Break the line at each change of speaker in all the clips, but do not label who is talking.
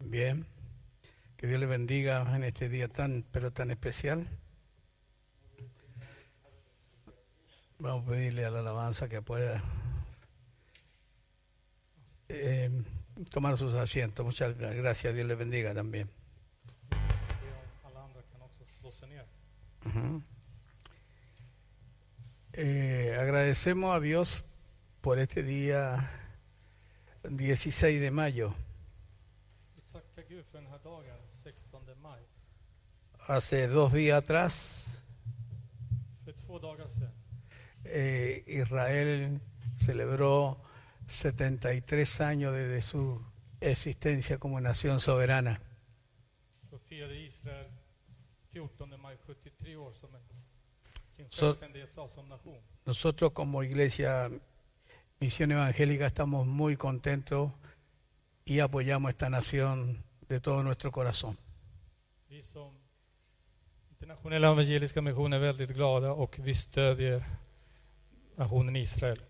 Bien. Que Dios le bendiga en este día tan, pero tan especial. Vamos a pedirle a la alabanza que pueda eh, tomar sus asientos. Muchas gracias. Dios le bendiga también.
Alla andra kan också slå sig ner.
Ujú. Eh, agradecemos a Dios por este día 16 de mayo.
Vi tackar Gud för den här dagen, 16 maj.
Hace dos días atrás,
För två dagar sedan
eh, Israel celebró 73 años desde su existencia como nación soberana.
så firade Israel 14 maj 73 år som en, sin
Så-
självständighet som nation.
Nosotros como iglesia Misión Evangélica estamos muy contentos y apoyamos esta nación de todo nuestro corazón.
Vi som Internationella Evangeliska Missionen är väldigt glada och vi stödjer nationen Israel.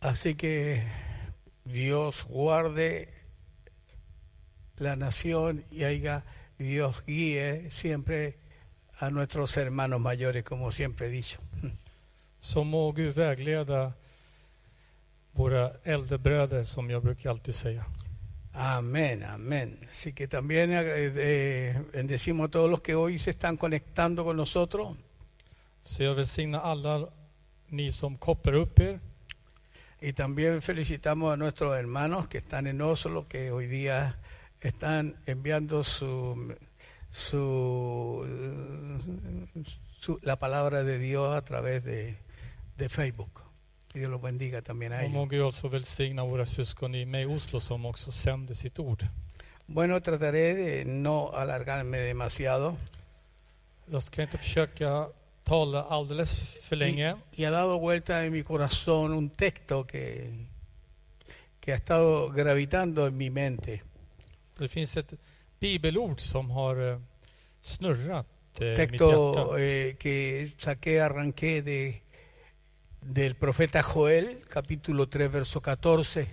Así que Dios guarde la nación y haya Dios guíe siempre a nuestros hermanos mayores, como siempre he dicho.
Så må Gud vägleda våra äldrebröder som jag brukar alltid säga.
Amén, amén. Así que también eh, eh, bendecimos a todos los que hoy se están conectando con nosotros.
Så jag välsignar alla ni som kopplar upp er
Y también felicitamos a nuestros hermanos que están en Oslo, que hoy día están enviando su, su, su- la palabra de Dios a través de, de Facebook. Que Dios los bendiga también a
Och må
ellos.
Gud också välsigna våra syskon i mig i Oslo som också sänder sitt ord.
Bueno, trataré de no alargarme demasiado.
Jag ska inte försöka tala alldeles för länge.
Y ha dado vuelta en mi corazón un texto que, que ha estado gravitando en mi mente.
Det finns ett bibelord som har eh, snurrat eh, i mitt hjärta.
texto eh, que saqué, arranqué de, del profeta Joel, capítulo 3, verso 14.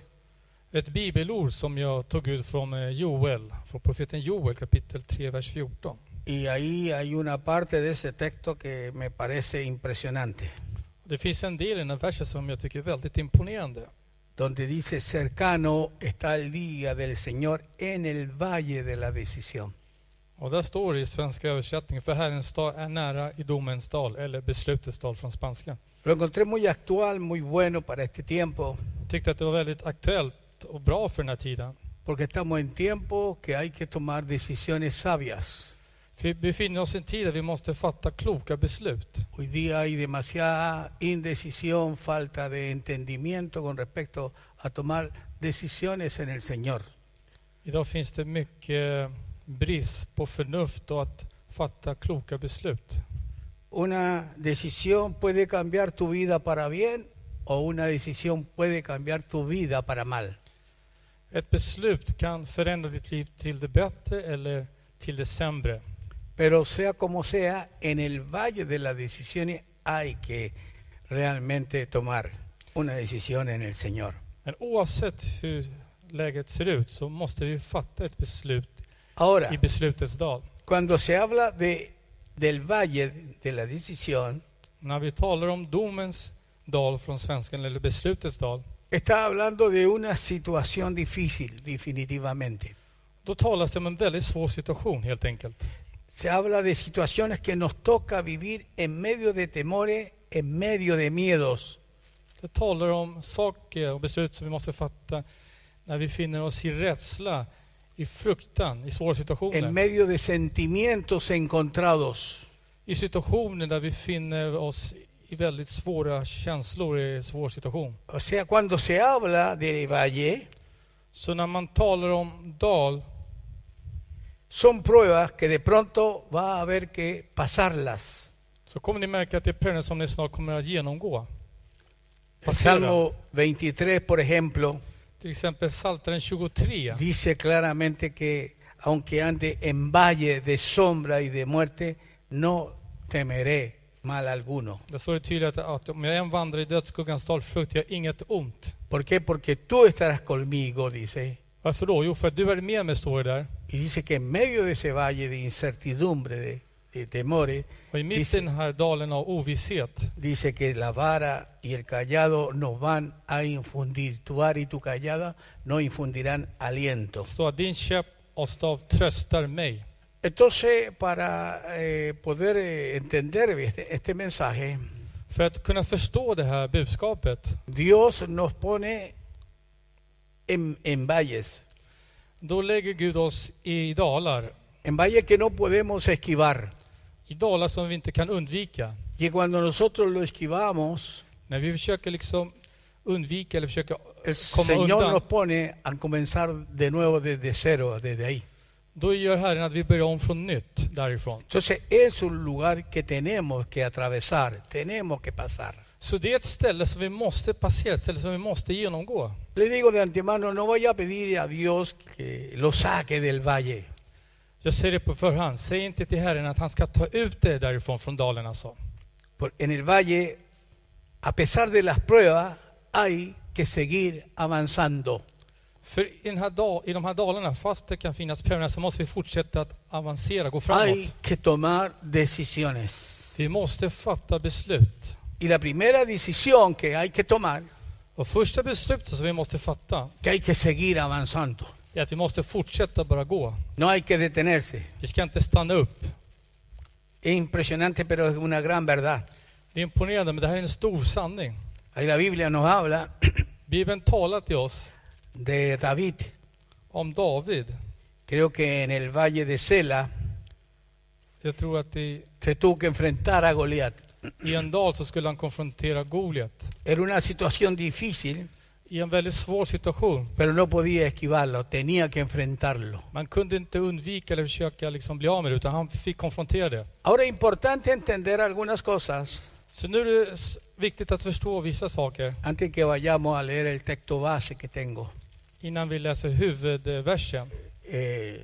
Ett bibelord som jag tog ut från eh, Joel, från profeten Joel kapitel 3, vers 14.
Y ahí hay una parte de ese texto que me parece impresionante,
Det finns en del i den här versen som jag tycker är väldigt imponerande.
donde dice, cercano está el día del Señor en el valle de la decisión.
Och där står det i svenska översättningen, för Herrens dag är nära i domens dal, eller beslutets dal från spanska.
Lo encontré muy actual, muy bueno para este tiempo,
tyckte att det var väldigt aktuellt och bra för den här tiden.
porque estamos en tiempo que hay que tomar decisiones sabias.
För vi befinner oss i en tid där vi måste fatta kloka beslut.
Hoy día hay demasiada indecisión, falta de entendimiento con respecto a tomar decisiones en el Señor.
Idag finns det mycket brist på förnuft och att fatta kloka beslut.
Una decisión puede cambiar tu vida para bien o una decisión puede cambiar tu vida para mal.
Ett beslut kan förändra ditt liv till det bättre eller till det sämre.
Pero sea como sea, en el valle de las decisiones hay que realmente tomar una decisión en el Señor.
Men oavsett hur läget ser ut så måste vi fatta ett beslut
Ahora,
i beslutets dag.
cuando se habla de, del valle de la decisión,
När vi talar om domens dal från svenskan, eller beslutets dal,
Está hablando de una situación difícil, definitivamente.
då talas det om en väldigt svår situation helt enkelt.
Se habla de situaciones que nos toca vivir en medio de temores, en medio de miedos.
Det talar om saker och beslut som vi måste fatta när vi finner oss i rädsla, i fruktan, i svåra
en
situationer.
medio de sentimientos encontrados.
I situationer där vi finner oss i väldigt svåra känslor, i en svår situation.
O sea, cuando se habla de valle,
Så när man talar om dal,
son pruebas que de pronto va a haber que pasarlas.
så kommer ni märka att det är prövningar som ni snart kommer att genomgå.
El
Pasera.
Salmo 23, por ejemplo,
Till exempel Psaltaren 23.
dice claramente que aunque ande en valle de sombra y de muerte, no temeré mal alguno.
Där står det tydligt att om jag än vandrar i dödsskuggans dal fruktar jag inget ont.
¿Por qué? Porque tú estarás conmigo, dice.
Varför då? Jo, för att du är med mig, står det där.
Y dice que en medio de ese valle de incertidumbre, de, de temores,
Och i mitt i den här dalen av ovisshet
dice que la vara y el callado nos van a infundir. Tu vara y tu callada nos infundirán aliento.
står att din käpp och stav tröstar mig.
Entonces, para eh, poder eh, entender este, este mensaje,
För att kunna förstå det här budskapet,
Dios nos pone en, en valles,
då lägger Gud oss i dalar.
en valles que no podemos esquivar.
I dalar som vi inte kan undvika.
Y cuando nosotros lo esquivamos,
När vi försöker liksom undvika eller försöka
el
komma
Señor
undan,
nos pone a comenzar de nuevo desde cero, desde ahí.
då gör Herren att vi börjar om från nytt därifrån.
Entonces es un lugar que tenemos que atravesar, tenemos que pasar.
Så det är ett ställe som vi måste passera, ett ställe som vi måste genomgå.
Le digo de antemano, no vaya a pedir a Dios que lo saque del valle.
Jag säger det på förhand, säg inte till Herren att han ska ta ut dig därifrån, från dalen alltså.
Por- En el valle, a pesar de las pruebas, hay que seguir avanzando.
För i, den här da, i de här dalarna, fast det kan finnas prövningar, så måste vi fortsätta att avancera, gå framåt.
Hay que tomar decisiones.
Vi måste fatta beslut.
Y la primera decisión que hay que tomar,
Och första beslutet som vi måste fatta,
que hay que seguir avanzando.
är att vi måste fortsätta bara gå.
No hay que detenerse.
Vi ska inte stanna upp.
Es impresionante, pero es una gran verdad.
Det är imponerande, men det här är en stor sanning.
Ahí la Biblia nos habla
Bibeln talar till oss
de David.
om David.
Creo que en el valle de Sela
Jag tror att i,
se tuvo que enfrentar a Goliat.
i en dal så skulle han konfrontera Goliat.
Era una situación difícil,
I en väldigt svår situation.
pero no podía esquivarlo, tenía que enfrentarlo.
Man kunde inte undvika eller försöka liksom bli av med det, utan han fick konfrontera det.
Ahora es importante entender algunas cosas
Så nu är det s- viktigt att förstå vissa saker
antes que vayamos a leer el texto base que tengo.
innan vi läser huvudversen.
Eh,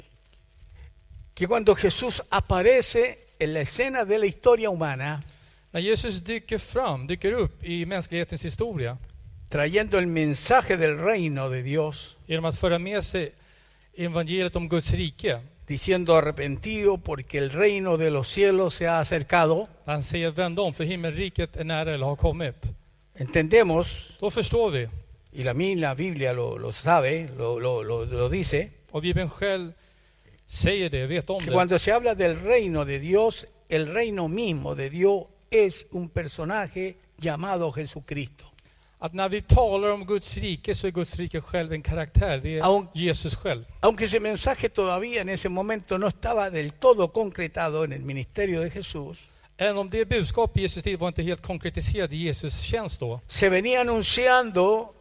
que cuando Jesús aparece en la escena de la historia humana,
När Jesus dyker fram, dyker upp i mänsklighetens historia,
trayendo el mensaje del reino de Dios,
genom att föra med sig evangeliet om Guds rike.
diciendo arrepentido porque el reino de los cielos se ha acercado,
Han säger vänd om, för himmelriket är nära eller har kommit.
entendemos,
Då förstår vi,
y la, mi- la Biblia lo, lo sabe, lo- lo- lo- lo dice,
och Bibeln själv säger det, vet om
que
det.
cuando se habla del reino de Dios, el reino mismo de Dios es un personaje llamado Jesucristo.
Att när vi talar om Guds rike så är Guds rike själv en karaktär, det
Ja,
är Jesus själv.
Aunque ese mensaje todavía en ese momento no estaba del todo concretado en el ministerio de Jesús,
Även om det budskap i Jesus tid var inte helt konkretiserat i Jesus tjänst då,
se venía anunciando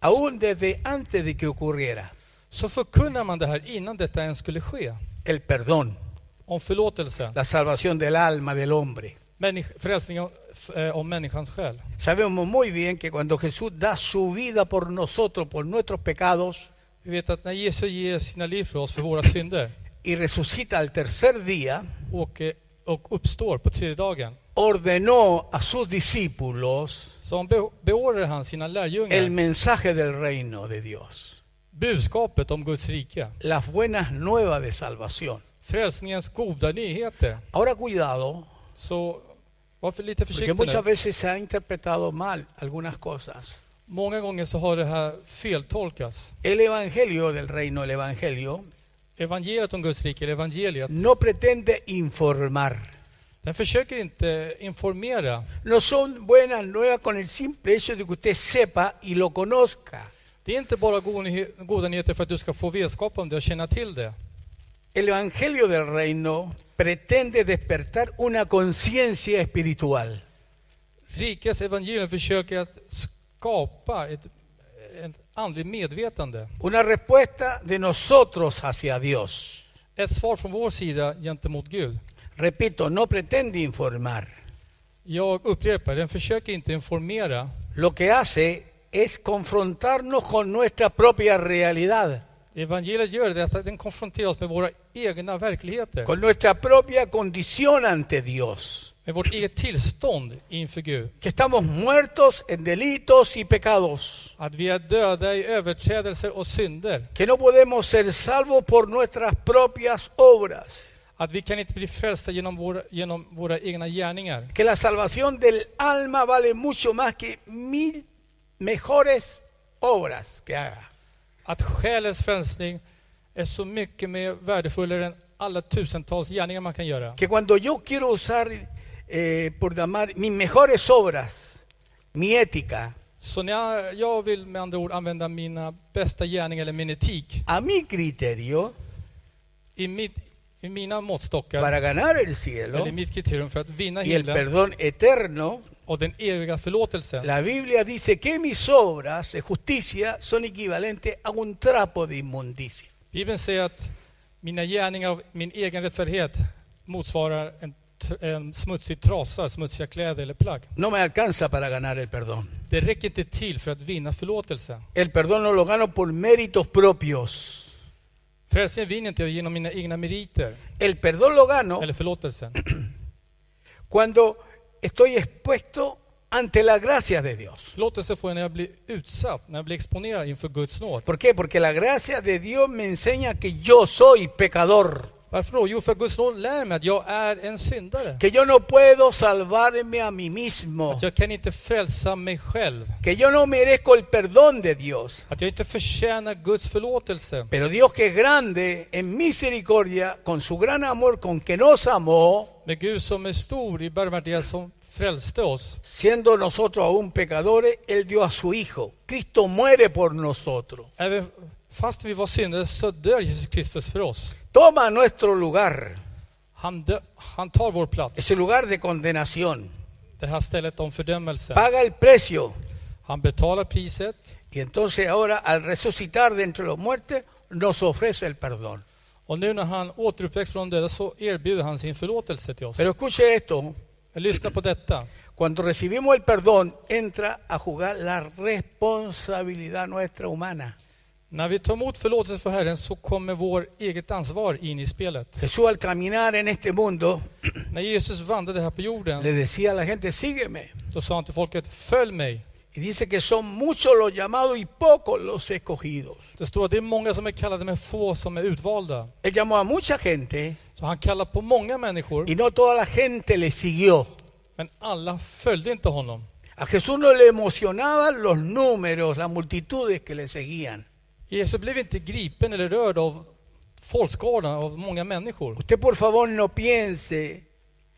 aún desde antes de que ocurriera
så förkunnar man det här innan detta ens skulle ske.
el perdón,
Om förlåtelse,
la salvación del alma del hombre.
människ- frälsning av- f- eh, om människans själ.
Sabemos muy bien que cuando Jesús da su vida por nosotros, por nuestros pecados,
Vi vet att när Jesus ger sina liv för oss, för våra synder,
y resucita al tercer día,
och, eh, och uppstår på tredje dagen,
ordenó a sus discípulos
så be- beordrar han sina lärjungar
el mensaje del reino de Dios,
budskapet om Guds rike,
las buenas nuevas de salvación.
frälsningens goda nyheter.
Ahora cuidado,
Så var för lite
Porque
försiktig
muchas
nu.
veces se ha interpretado mal algunas cosas.
Många gånger så har det här feltolkats.
El Evangelio del Reino, el Evangelio,
Evangeliet om Guds rike, eller evangeliet,
no pretende informar.
den försöker inte informera.
No son buenas nuevas con el simple hecho de que usted sepa y lo conozca.
Det är inte bara goda nyhe- goda nyheter för att du ska få vetskap om det och känna till det.
El Evangelio del Reino pretende despertar una conciencia espiritual.
Rikets evangelium försöker att skapa ett, ett andligt medvetande.
Una respuesta de nosotros hacia Dios.
Ett svar från vår sida gentemot Gud.
Repito, no pretende informar.
Jag upprepar, den försöker inte informera.
Lo que hace es confrontarnos con nuestra propia realidad.
Evangeliet gör det att den konfronterar oss med våra egna verkligheter.
con nuestra propia condición ante Dios.
Men vårt eget tillstånd inför Gud,
que estamos muertos en delitos y pecados,
att vi är döda i överträdelser och synder,
que no podemos ser salvos por nuestras propias obras,
att vi kan inte bli frälsta genom våra, genom våra egna gärningar,
que la salvación del alma vale mucho más que mil mejores obras que haga.
att själens frälsning är så mycket mer värdefullare än alla tusentals gärningar man kan göra.
Que cuando yo quiero usar, eh, por llamar, mis mejores obras, mi ética,
Så när jag, jag vill med andra ord använda mina bästa gärningar eller min etik
a mi criterio,
i, mitt, i mina måttstockar
para ganar el
eller
cielo
i mitt kriterium för att vinna
y el
himlen
perdón eterno,
och den eviga förlåtelsen.
la Biblia dice que mis obras de justicia son equivalentes a un trapo de inmundicia.
Bibeln säger att mina gärningar av min egen rättfärdighet motsvarar en, tr- en smutsig trasa, smutsiga kläder eller plagg.
No me alcanza para ganar el perdón.
Det räcker inte till för att vinna förlåtelse.
El perdón no lo gano por méritos propios.
Frälsningen vinner inte jag genom mina egna meriter
El perdón lo gano
eller förlåtelsen.
cuando estoy expuesto ante la gracia de Dios.
Förlåtelse får jag när jag blir utsatt, när jag blir exponerad inför Guds nåd.
¿Por qué? Porque la gracia de Dios me enseña que yo soy pecador,
Varför då? Jo, för Guds nåd lär mig att jag är en syndare.
que yo no puedo salvarme a mí mismo,
Att jag kan inte frälsa mig själv.
que yo no merezco el perdón de Dios.
Att jag inte förtjänar Guds förlåtelse.
Pero Dios que es grande en misericordia, con su gran amor con que nos amó,
Men Gud som är stor i barmhärtighet som frälste oss.
siendo nosotros aún pecadores, Él dio a su Hijo. Cristo muere por nosotros.
Även fast vi var syndare så dör Jesus Kristus för oss.
Toma nuestro lugar,
Han, dö- han tar vår plats.
ese lugar de condenación.
Det här stället om fördömelse.
Paga el precio.
Han betalar priset.
Y entonces ahora, al resucitar de entre los muertos, nos ofrece el perdón.
Och nu när han återuppväcks från de döda så erbjuder han sin förlåtelse till oss.
Pero escuche esto,
Lyssna på detta.
cuando recibimos el perdón, entra a jugar la responsabilidad nuestra humana.
När vi tar emot förlåtelse från Herren så kommer vårt eget ansvar in i spelet.
Jesús al caminar en este mundo,
När Jesus vandrade här på
le
jorden,
decía a la gente, sígueme.
då sa han till folket Följ mig.
Y dice que son muchos los llamados y pocos los escogidos.
Det står att det är många som är kallade men få som är utvalda.
Él llamó a mucha gente
Så han kallar på många människor,
y no toda la gente le siguió.
men alla följde inte honom.
A Jesús no le emocionaban los números, las multitudes que le seguían.
Jesus blev inte gripen eller rörd av folkskaran av många människor.
Usted por favor no piense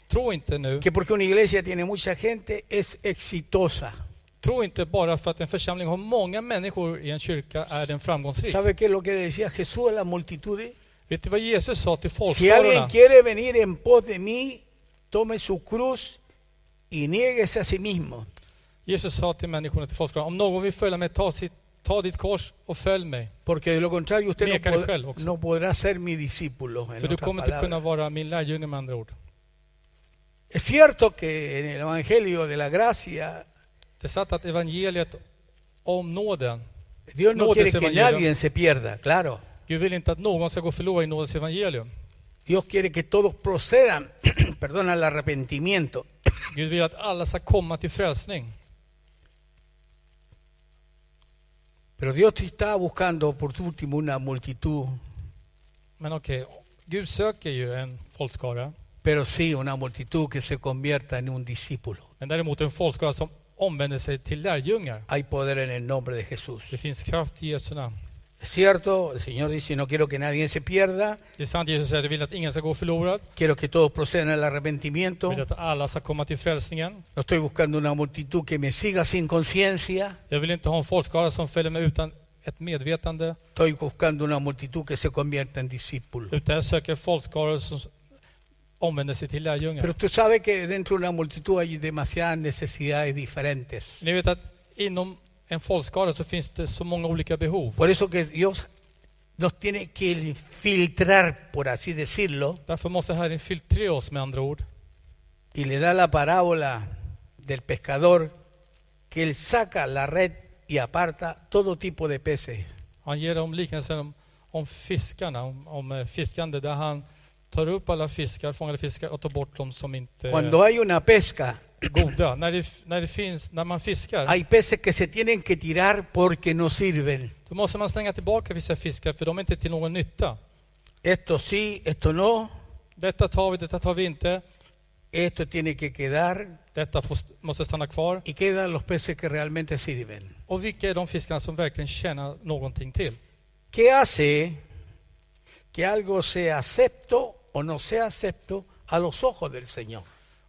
Tro inte nu.
que porque una iglesia tiene mucha gente es exitosa.
Tro inte bara för att en församling har många människor i en kyrka är den framgångsrik.
¿Sabe qué es lo que decía Jesús a las multitudes?
Vet du vad Jesus sa till
Si alguien
folkskarorna?
quiere venir en pos de mí, tome su cruz y niéguese a sí mismo.
Jesus sa till människorna, till folkskarorna, om någon vill följa mig, ta, sitt, ta ditt kors och följ mig.
Porque de lo contrario usted no,
Niega el
pod-
gel, Oxo.
no podrá ser mi discípulo. en
För du
otras
kommer inte kunna
palabras.
vara min lärjunge med andra ord.
Es cierto que en el Evangelio de la Gracia,
Det satt att evangeliet om nåden,
Dios no,
No,
quiere
ese
que
evangelio.
nadie se pierda, claro.
Gud vill inte att någon ska gå förlorad i nådens evangelium.
Dios quiere que todos procedan, perdón, al arrepentimiento.
Gud vill att alla ska komma till frälsning.
Pero Dios te está buscando por último una multitud,
Men okej, Gud söker ju en folkskara,
pero sí una multitud que se convierta en un discípulo.
men däremot en folkskara som omvänder sig till lärjungar.
Hay poder en el nombre de Jesús.
Det finns kraft i Jesu namn.
Es cierto, el Señor dice, no quiero que nadie se pierda,
Det är sant, Jesus säger att jag vill att ingen ska gå förlorad.
quiero que todos procedan al
Jag
arrepentimiento.
vill att alla ska komma till frälsningen.
No estoy buscando una multitud que me siga sin conciencia,
Jag vill inte ha en folkskara som följer mig utan ett medvetande.
estoy buscando una multitud que se convierta en discípulo.
Utan jag söker folkskaror som omvänder sig till lärjungar.
Pero tú sabes que dentro de una multitud hay demasiadas necesidades diferentes.
Ni vet att inom en folkskara så finns det så många olika behov.
Por eso que Dios nos tiene que filtrar, por así decirlo,
Därför måste Herren filtrera oss med andra ord.
y le da la parábola del pescador, que él saca la red y aparta todo tipo de peces.
Han ger dem liknelsen om, om fiskarna, om, om eh, fiskande, där han tar upp alla fiskar, fångade fiskar och tar bort de som inte
Cuando hay una pesca,
är goda. När det, när det finns, när man fiskar,
hay peces que se tienen que tirar porque no sirven.
då måste man slänga tillbaka vissa fiskar för de är inte till någon nytta.
Esto sí, esto no,
Detta tar vi, detta tar vi inte.
esto tiene que quedar
Detta får, st- måste stanna kvar.
y quedan los peces que realmente sirven.
Och vilka är de fiskarna som verkligen tjänar någonting till?
¿Qué hace que algo sea acepto o no sea acepto a los ojos del Señor?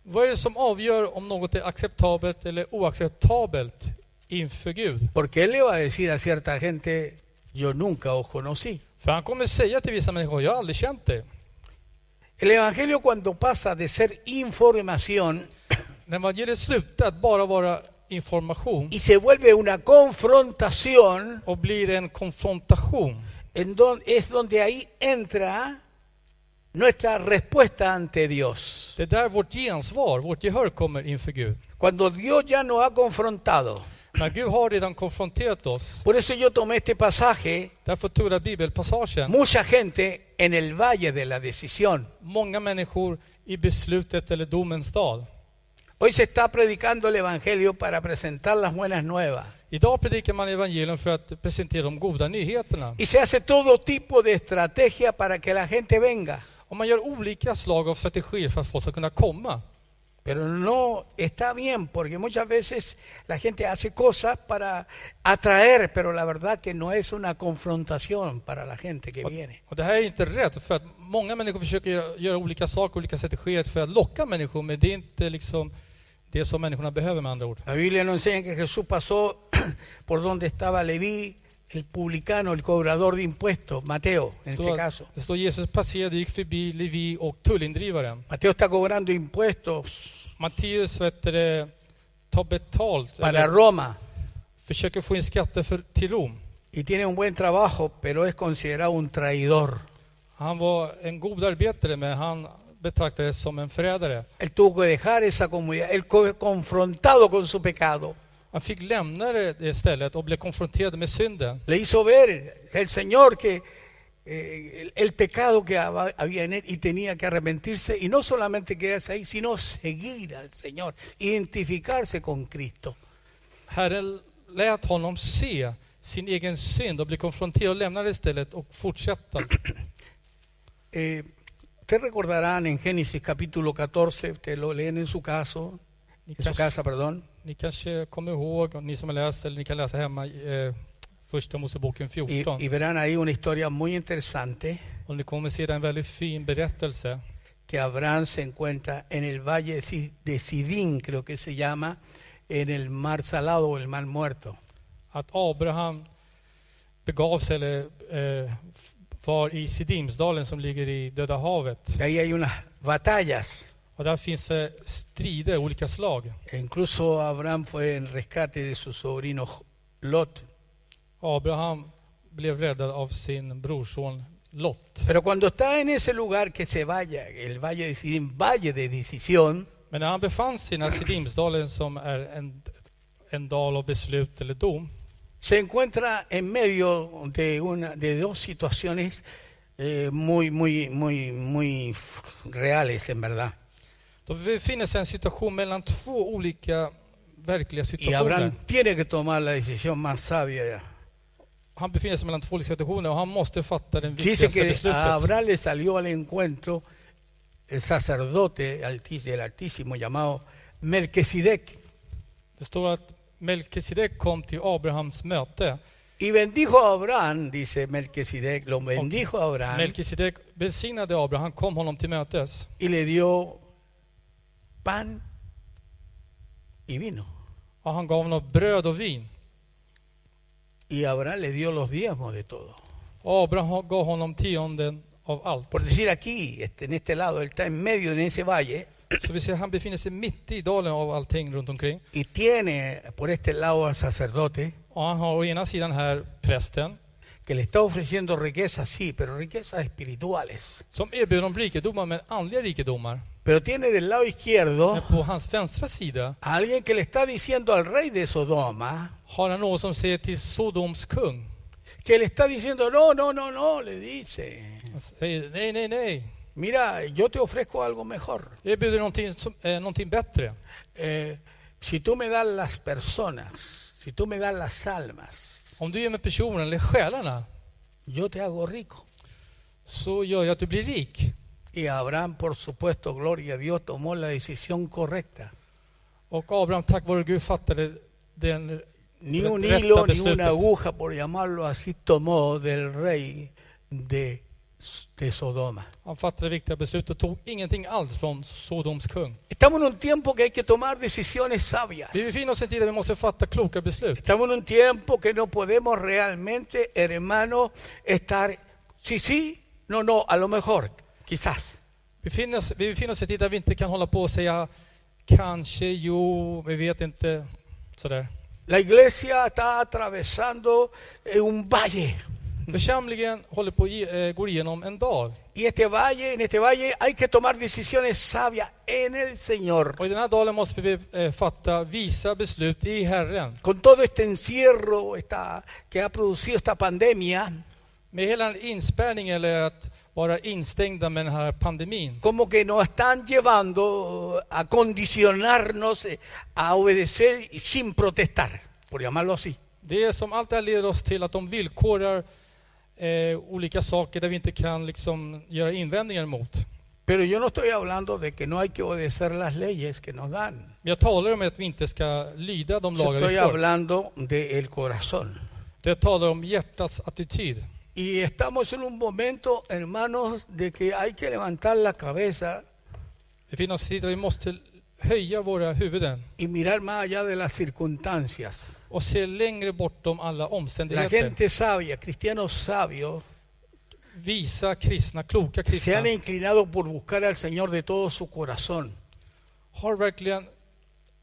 Vad är det som avgör om något är acceptabelt eller oacceptabelt inför Gud?
Porque Él le va a decir a cierta gente, yo nunca os conocí.
För han kommer säga till vissa människor, jag har aldrig känt dig.
El Evangelio cuando pasa de ser información
När evangeliet slutar att bara vara information
y se vuelve una confrontación,
och blir en konfrontation,
en don- es donde ahí entra nuestra respuesta ante Dios.
det är där vårt gensvar, vårt gehör kommer inför Gud.
Cuando Dios ya nos ha confrontado.
Men Gud har redan konfronterat oss.
Por eso yo tomé este pasaje.
Därför tog jag bibelpassagen.
Mucha gente en el valle de la decisión.
Många människor i beslutet eller domens dal.
Hoy se está predicando el Evangelio para presentar las buenas nuevas.
Idag predikar man evangelium för att presentera de goda nyheterna.
Y se hace todo tipo de estrategia para que la gente venga.
Och man gör olika slag av strategier för att folk ska kunna komma.
Pero no está bien porque muchas veces la gente hace cosas para atraer, pero la verdad que no es una confrontación para la gente que
Och,
viene.
och det här är inte rätt, för att många människor försöker göra, göra olika saker, olika strategier för att locka människor, men det är inte liksom det som människorna behöver med andra ord.
La Biblia nos enseña que Jesús pasó por donde estaba Leví, el publicano, el cobrador de impuestos, Mateo, en
Det
este
står,
caso.
det står Jesus passerade, gick förbi Levi och tullindrivaren.
Mateo está cobrando impuestos
Matteus vet du det, tar betalt,
para
eller
Roma
försöker få in skatter för, till Rom.
y tiene un buen trabajo, pero es considerado un traidor.
Han var en god arbetare, men han betraktades som en förrädare.
Él tuvo que dejar esa comunidad, él fue confrontado con su pecado.
Han fick lämna det det stället och blev konfronterad med synden.
Le hizo ver el Señor que eh, el, el pecado que haba- había en él y tenía que arrepentirse y no solamente quedarse ahí, sino seguir al Señor, identificarse con Cristo.
Herren lät honom se sin egen synd och bli konfronterad och lämna det stället och fortsätta.
Eh, Ustedes recordarán en Génesis capítulo 14, ustedes lo leen en su caso,
Ni
en su
kanske,
casa, perdón.
ni kanske kommer ihåg, och ni som har läst, eller ni kan läsa hemma eh, Första Moseboken
Y,
14.
y verán ahí una historia muy interesante
Och ni kommer se en väldigt fin berättelse.
que Abraham se encuentra en el valle de Si- de Sidín, creo que se llama, en el mar salado o el mar muerto.
Att Abraham begav sig, eller eh, f- var i Sidimsdalen som ligger i Döda havet.
Y ahí hay unas batallas.
Och där finns det strider, olika slag.
E incluso Abraham fue en rescate de su sobrino Jo- Lot.
Abraham blev räddad av sin brorson Lot.
Pero cuando está en ese lugar que se vaya, el valle de Sidín, valle de decisión,
Men när han befann sig i den här Sidimsdalen som är en, en dal av beslut eller dom,
se encuentra en medio de una de dos situaciones eh, muy muy muy muy f- reales en verdad
då befinner sig en situation mellan två olika verkliga
y
situationer.
Abraham tiene que tomar la decisión más sabia
Han befinner sig mellan två olika situationer och han måste fatta det
dice
viktigaste
que
beslutet.
a Abraham le salió al encuentro el sacerdote alti- del altísimo llamado Melquisedec
Det står att Melkisedek kom till Abrahams möte.
y bendijo a Abraham dice Melquisedec lo bendijo a Abraham
Melkisedek välsignade Abraham, han kom honom till mötes
y le dio pan y vino
och han gav honom bröd och vin.
y Abraham le dio los diezmos de todo
Och Abraham gav honom tionden av allt.
por decir aquí, este, en este lado, él está en medio de ese valle
Så vi ser han befinner sig mitt i dalen av allting runt omkring.
y tiene por este lado al sacerdote
Och han har å ena sidan här prästen
que le está ofreciendo riquezas, sí, pero riquezas espirituales.
som erbjuder honom rikedomar men andliga rikedomar.
Pero tiene del lado
Men
izquierdo
på hans vänstra sida
a alguien que le está diciendo al rey de Sodoma,
har han någon som säger till Sodoms kung.
que le está diciendo, no, no, no, no, le dice,
Han säger nej, nej, nej.
mira, yo te ofrezco algo mejor.
erbjuder någonting, som, eh, någonting bättre.
Eh, si tú me das las personas, si tú me das las almas,
Om du ger mig personen eller själarna
yo te hago rico.
så gör jag att du blir rik.
Y Abraham, por supuesto, gloria a Dios, tomó la decisión correcta.
Och Abraham, tack vare Gud, fattade den
Ni
Ret-
un
recta
hilo, ni
beslutet.
una aguja, por llamarlo así, tomó del rey de, de Sodoma.
han fattade det viktiga beslutet och tog ingenting alls från Sodoms kung.
Estamos en un tiempo que hay que tomar decisiones sabias.
Vi befinner oss i en tid där vi måste fatta kloka beslut.
Estamos en un tiempo que no podemos realmente, hermano, estar, sí, sí, no, no, a lo mejor, quizás.
Vi befinner oss, vi befinner oss i en tid där vi inte kan hålla på och säga kanske, jo, vi vet inte. Sådär.
La iglesia está atravesando eh, un valle.
Församlingen håller på, att ge- eh, går igenom en dag.
Y este valle, en este valle hay que tomar decisiones sabias en el Señor.
Och i den här dalen måste vi eh, fatta visa beslut i Herren.
Con todo este encierro esta- que ha producido esta pandemia,
Med hela den inspärrning eller att vara instängda med den här pandemin.
como que nos están llevando a condicionarnos eh, a obedecer y sin protestar, por llamarlo así.
Det är som allt det här leder oss till att de villkorar eh, olika saker där vi inte kan liksom göra invändningar emot.
Pero yo no estoy hablando de que no hay que obedecer las leyes que nos dan.
Men jag talar om att vi inte ska lyda de
Yo
lagar
estoy
vi får.
hablando del corazón.
Jag talar om hjärtats attityd.
Y estamos en un momento, hermanos, de que hay que levantar la cabeza
Det finns någon tid där vi måste höja våra huvuden
y mirar más allá de las circunstancias.
och se längre bortom alla
La
omständigheter.
gente sabia, cristianos sabios,
Visa kristna, kloka
se han
kristna,
inclinado por buscar al Señor de todo su corazón.
har verkligen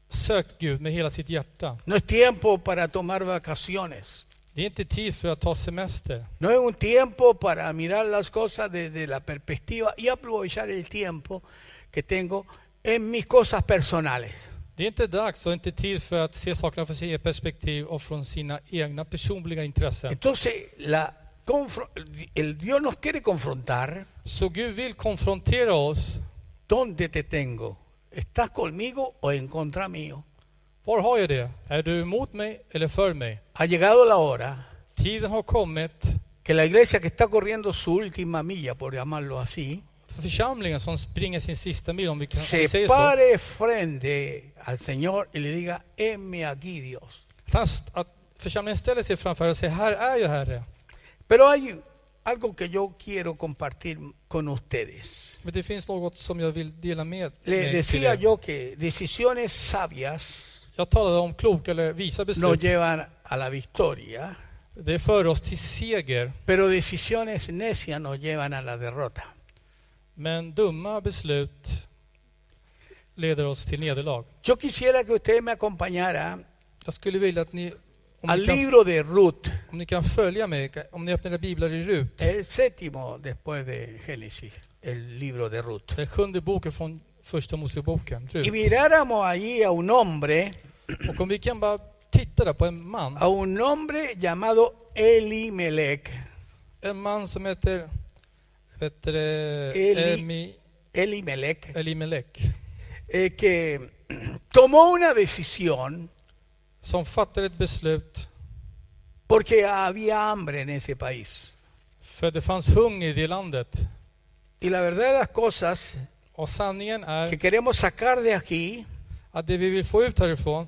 sökt Gud med hela sitt hjärta.
No es tiempo para tomar vacaciones.
Det är inte tid för att ta semester.
No es un tiempo para mirar las cosas desde la perspectiva y aprovechar el tiempo que tengo en mis cosas personales.
Det är inte dags och inte tid för att se sakerna från sina perspektiv och från sina egna personliga intressen.
Entonces, la confro- el Dios nos quiere confrontar.
Så Gud vill konfrontera oss.
¿Dónde te tengo? ¿Estás conmigo o en contra mío?
Var har jag det? Är du emot mig eller för mig?
Ha llegado la hora
Tiden har kommit
que la iglesia que está corriendo su última milla, por llamarlo así,
för församlingen som springer sin sista mil, om vi, kan, om
se
vi säger så.
pare frente al Señor y le diga, heme aquí Dios.
Fast att församlingen ställer sig framför och säger, här är jag Herre.
Pero hay algo que yo quiero compartir con ustedes.
Men det finns något som jag vill dela med
Le
med till
decía
er.
yo que decisiones sabias
Jag talade om kloka eller visa
nos
beslut.
llevan a la victoria,
Det för oss till seger.
pero decisiones necias nos llevan a la derrota.
Men dumma beslut leder oss till nederlag.
Yo quisiera que usted me acompañara
Jag skulle vilja att ni, om
al
ni kan,
libro de Ruth,
om ni kan följa mig, ka- om ni öppnar era biblar i Rut,
el séptimo después de Génesis, el libro de Ruth.
den sjunde boken från första Moseboken,
Y
Rut.
miráramos ahí a un hombre,
Och om vi kan bara titta där på en man,
a un hombre llamado Elimelech.
en man som heter, heter
Eli-
Emi,
Elimelech,
Elimelek,
eh, que tomó una decisión
som fattade ett beslut,
porque había hambre en ese país.
för det fanns hunger i det landet.
Y la verdad de las cosas
Och sanningen
que
är
queremos sacar de aquí,
att det vi vill få ut härifrån,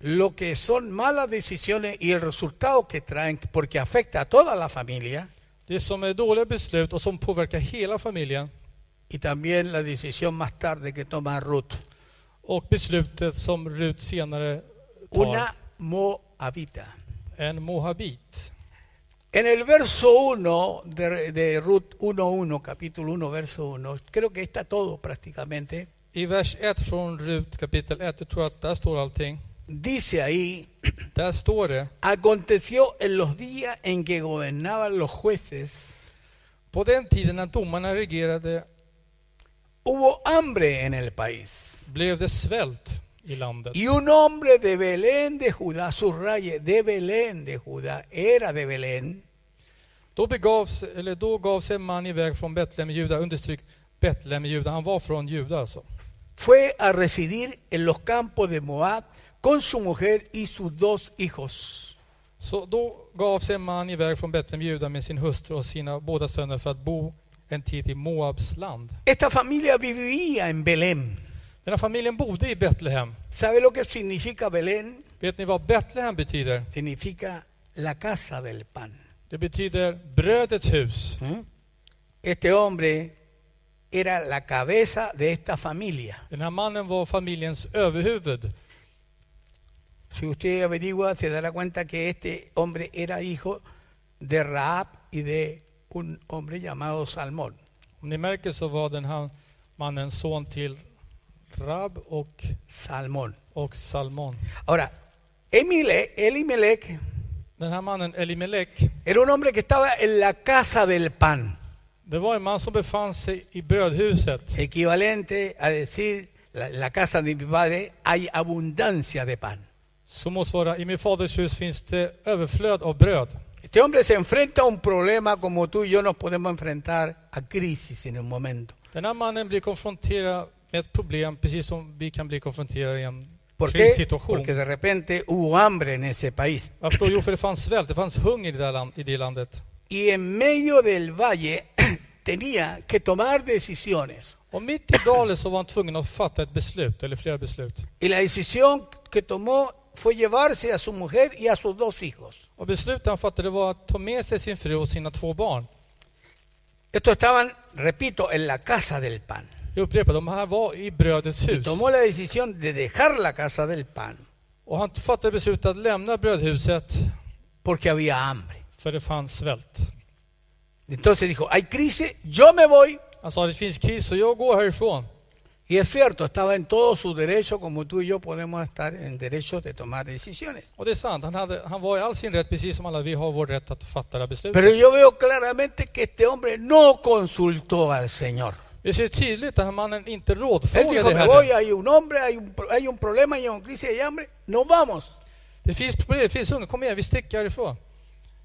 lo que son malas decisiones y el resultado que traen, porque afecta a toda la familia,
det som är dåliga beslut och som påverkar hela familjen,
y también la decisión más tarde que toma Ruth,
och beslutet som Rut senare tar.
una moabita.
En mohabit.
En el verso 1 de, de Ruth 1.1, capítulo 1, verso 1, creo que está todo prácticamente,
I vers 1 från Rut kapitel 1, jag tror att där står allting.
dice ahí,
Där står det.
aconteció en los días en que gobernaban los jueces,
På den tiden när domarna regerade
hubo hambre en el país.
blev det svält i landet.
Y un hombre de Belén de Judá, subraye, de Belén de Judá, era de Belén,
Då, begavs, eller då gav sig en man iväg från Betlehem i Juda, understryk, Betlehemjude, han var från Juda alltså.
Fue a residir en los campos de Moab con su mujer y sus dos hijos.
Så då gav sig en man iväg från Betlehemjuda med sin hustru och sina båda söner för att bo en tid i Moabs land.
Esta familia vivía en Belén.
Den här familjen bodde i Betlehem.
¿Sabe lo que significa Belén?
Vet ni vad Betlehem betyder?
Significa la casa del pan.
Det betyder brödets hus.
Este hombre era la cabeza de esta familia.
Den här mannen var familjens överhuvud.
Si usted averigua, se dará cuenta que este hombre era hijo de Raab y de un hombre llamado Salmón.
Om ni märker så var den här mannen son till Rab och,
Salmón.
och Salmon.
Ahora, Emile- Elimelech
Den här mannen Elimelek,
era un hombre que estaba en la casa del pan,
det var en man som befann sig i brödhuset.
equivalente a decir, la, en la casa de mi padre hay abundancia de pan.
Som motsvarar, i min faders hus finns det överflöd av bröd.
Este hombre se enfrenta a un problema como tú y yo nos podemos enfrentar a crisis en un momento.
Den här mannen blir konfronterad med ett problem precis som vi kan bli konfronterade i en
¿Por qué?
krissituation.
Porque de repente hubo hambre en ese país.
Varför då? Jo, för det fanns svält, det fanns hunger i det, här land, i det landet.
Y en medio del valle tenía que tomar decisiones.
Och mitt i dalen så var han tvungen att fatta ett beslut, eller flera beslut.
Y la decisión que tomó fue llevarse a su mujer y a sus dos hijos.
Och beslutet han fattade var att ta med sig sin fru och sina två barn.
Estos estaban, repito, en la casa del pan.
Jag upprepar, de här var i brödets
Y
hus.
tomó la decisión de dejar la casa del pan
Och han fattade beslutet att lämna brödhuset
porque había hambre.
för det fanns svält.
Entonces dijo, hay crisis, yo me voy.
Han sa det finns kris så jag går härifrån.
Y es cierto, estaba en todo su derecho, como tú y yo podemos estar en derecho de tomar decisiones.
Och det är sant, han, hade, han var i all sin rätt precis som alla vi har vår rätt att fatta det här beslutet.
Pero yo veo claramente que este hombre no consultó al Señor.
Vi ser tydligt att den här mannen inte
Él dijo,
rådfrågade
me voy,
Herren.
hay un hombre, hay un, pro- hay un problema, hay un crisis, hay hambre, nos vamos.
Det finns problem, det finns hunger, kom igen vi sticker härifrån.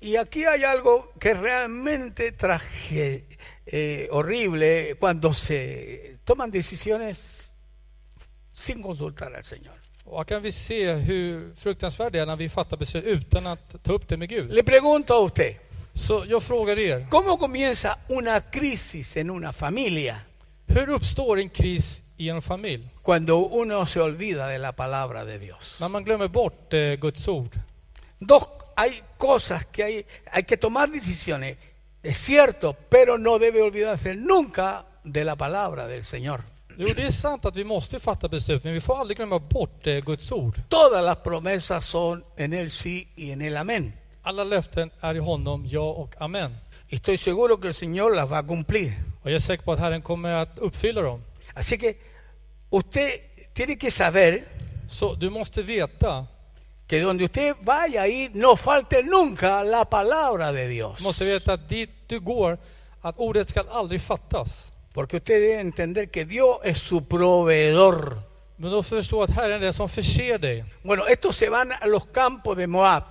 Y aquí hay algo que realmente traje eh, horrible cuando se toman decisiones sin consultar al Señor.
Och här kan vi se hur fruktansvärt det är när vi fattar beslut utan att ta upp det med Gud.
Le pregunto a usted,
Så jag frågar er,
¿cómo comienza una crisis en una familia
hur uppstår en kris i en familj?
cuando uno se olvida de la palabra de Dios?
När man glömmer bort eh, Guds ord.
Dos, hay cosas que hay, hay que tomar decisiones, es cierto, pero no debe olvidarse nunca de la palabra del Señor.
Jo, det är sant att vi måste fatta beslut, men vi får aldrig glömma bort eh, Guds ord.
Todas las promesas son en el sí y en el amén.
Alla löften är i honom, ja och amen.
Y estoy seguro que el Señor las va a cumplir.
Och jag är säker på att Herren kommer att uppfylla dem.
Así que usted tiene que saber
Så du måste veta,
que donde usted vaya a ir no falte nunca la palabra de Dios.
du måste veta att dit du går, att ordet ska aldrig fattas.
Porque usted debe entender que Dios es su proveedor.
Men då förstå att Herren är den som förser dig.
Bueno, estos se van a los campos de Moab.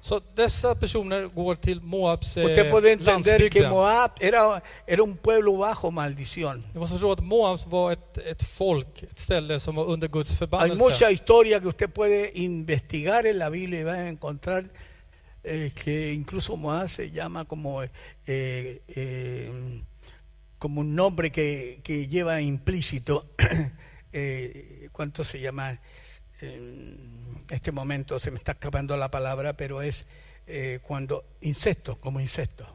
Så dessa personer går till Moabs
usted puede
eh,
entender que
landsbygden.
Moab era, era un pueblo bajo maldición.
Du måste förstå att Moab var ett, ett folk, ett ställe som var under Guds
Hay
förbannelse.
mucha historia que usted puede investigar en la Biblia y va a encontrar eh, que incluso Moab se llama como, eh, eh, como un nombre que, que lleva implícito. eh, ¿Cuánto se llama? En este momento se me está escapando la palabra, pero es eh, cuando insectos, como insectos.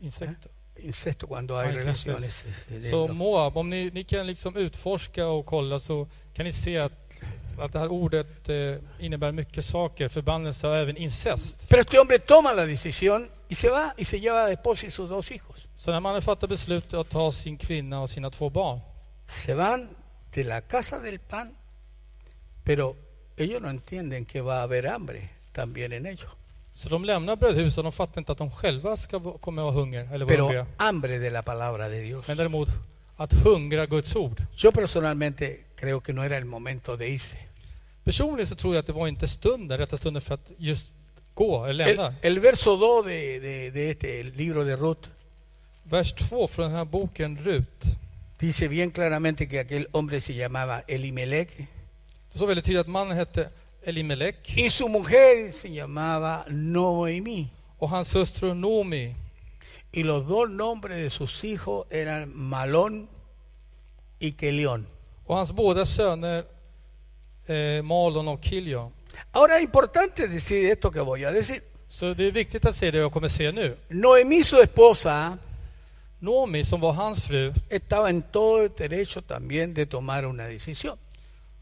Insekter.
Incesto cuando hay
Ah, incestos.
relaciones. eh, de-
Så Moab, om ni, ni kan liksom utforska och kolla så kan ni se att, att det här ordet eh, innebär mycket saker, förbannelse och även incest.
Pero este hombre toma la decisión y se va y se lleva a la esposa y sus dos hijos.
Så när mannen fattar beslut att ta sin kvinna och sina två barn,
se van de la casa del pan, pero ellos no entienden que va a haber hambre también en ellos,
så de lämnar brödhuset och de fattar inte att de själva ska, v- kommer att ha hunger eller vara hungriga.
pero hambre de la palabra de Dios.
Men däremot att hungra Guds ord.
Yo personalmente creo que no era el momento de irse.
Personligen så tror jag att det var inte stunden, rätta stunden för att just gå eller
El,
lämna.
el verso 2 de, de- de este libro de Ruth
Vers 2 från den här boken Rut.
Dice bien claramente que aquel hombre se llamaba Elimelech
Det står väldigt tydligt att mannen hette Elimelech
y su mujer se llamaba Noemí.
och hans hustru Nomi.
Y los dos nombres de sus hijos eran Malón y Kelión.
Och hans båda söner eh, Malon och Kilion.
Ahora es importante decir esto que voy a decir.
Så det är viktigt att se det jag kommer se nu.
Noemí, su esposa,
Nomi, som var hans fru,
estaba en todo el derecho también de tomar una decisión.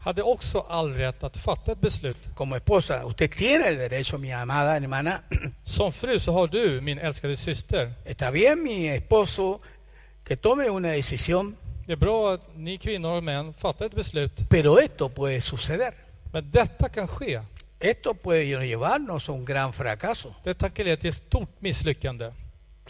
hade också all rätt att fatta ett beslut.
Como esposa, usted tiene el derecho, mi amada hermana.
Som fru så har du, min älskade syster.
Está bien mi esposo que tome una decisión,
Det är bra att ni kvinnor och män fattar ett beslut.
pero esto puede suceder.
Men detta kan ske.
Esto puede llevarnos a un gran fracaso.
Detta kan leda till ett stort misslyckande.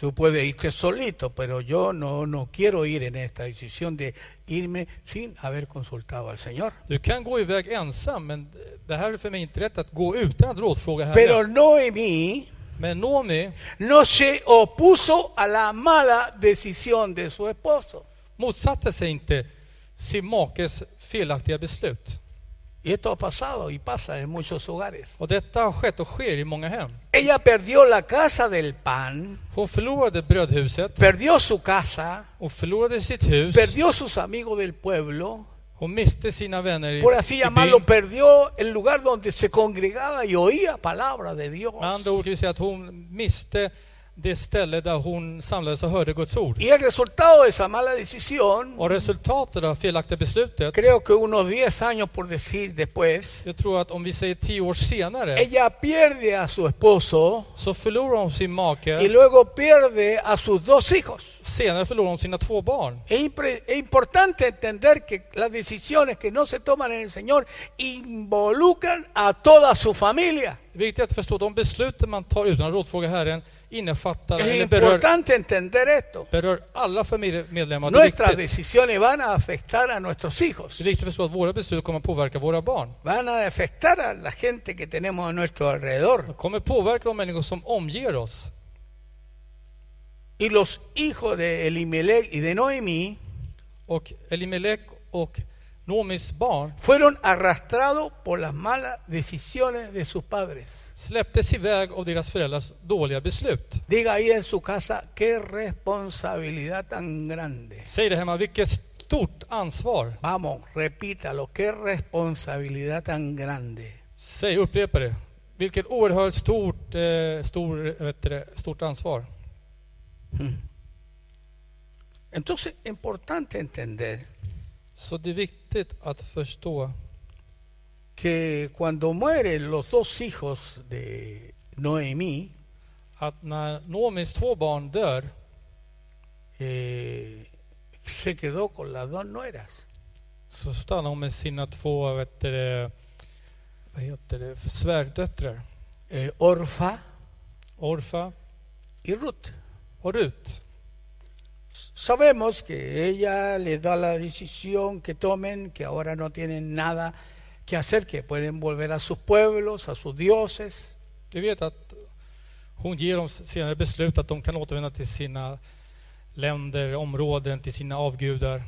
Tú puedes irte solito, pero yo no, no quiero ir en esta decisión de irme sin haber consultado al Señor.
Du kan gå iväg ensam, men det här är för mig inte rätt att gå utan att rådfråga
Pero
Herren.
Noemí
Men Nomi
no se opuso a la mala decisión de su esposo.
motsatte sig inte sin makes felaktiga beslut.
Y esto ha pasado y pasa en muchos hogares.
Och detta har skett och sker i många hem.
Ella perdió la casa del pan,
Hon förlorade brödhuset,
perdió su casa,
hon förlorade sitt hus,
perdió sus amigos del pueblo,
hon miste sina vänner i,
por así
i
llamarlo,
byn.
perdió el lugar donde se congregaba y oía palabra de Dios.
Med andra ord kan vi säga att hon miste det ställe där hon samlades och hörde Guds ord.
Y el resultado de esa mala decisión,
Och resultatet av felaktiga beslutet,
creo que unos 10 años por decir después,
jag tror att om vi säger tio år senare,
ella pierde a su esposo
så förlorar hon sin
y
make,
luego pierde a sus dos hijos.
senare förlorar hon sina två barn.
Es, impre- es importante entender que las decisiones que no se toman en el Señor involucran a toda su familia.
Det är viktigt att förstå att de beslut man tar utan att rådfråga Herren innefattar
Es
eller berör,
importante entender esto.
berör alla familjemedlemmar. Det är
Nuestras
viktigt.
decisiones van a afectar a nuestros hijos,
Det är viktigt att förstå att våra beslut kommer att påverka våra barn.
van a afectar a la gente que tenemos a nuestro
De
alrededor.
kommer att påverka de människor som omger oss.
Y los hijos de Elimelech y de Noemí
Och Elimelech och Nomis barn
fueron arrastrados por las malas decisiones de sus padres.
släpptes iväg av deras föräldrars dåliga beslut.
Diga ahí en su casa, qué responsabilidad tan grande.
Säg det hemma, vilket stort ansvar.
Vamos, repítalo, qué responsabilidad tan grande.
Säg, upprepa det. Vilket oerhört stort, eh, stor, vet du, det, stort ansvar.
Hmm. Entonces, es importante entender
Så det är viktigt att förstå
que cuando mueren los dos hijos de Noemí,
att när Nomis två barn dör
eh, se quedó con las dos nueras.
så stannar hon med sina två vet du, det, vad heter det, svärdöttrar.
eh, Orfa
Orfa
y Ruth.
och Rut.
Sabemos que ella les da la decisión que tomen, que ahora no tienen nada que hacer, que pueden volver a sus pueblos, a sus dioses.
Vi vet att hon ger dem senare beslut att de kan återvända till sina länder, områden, till sina avgudar.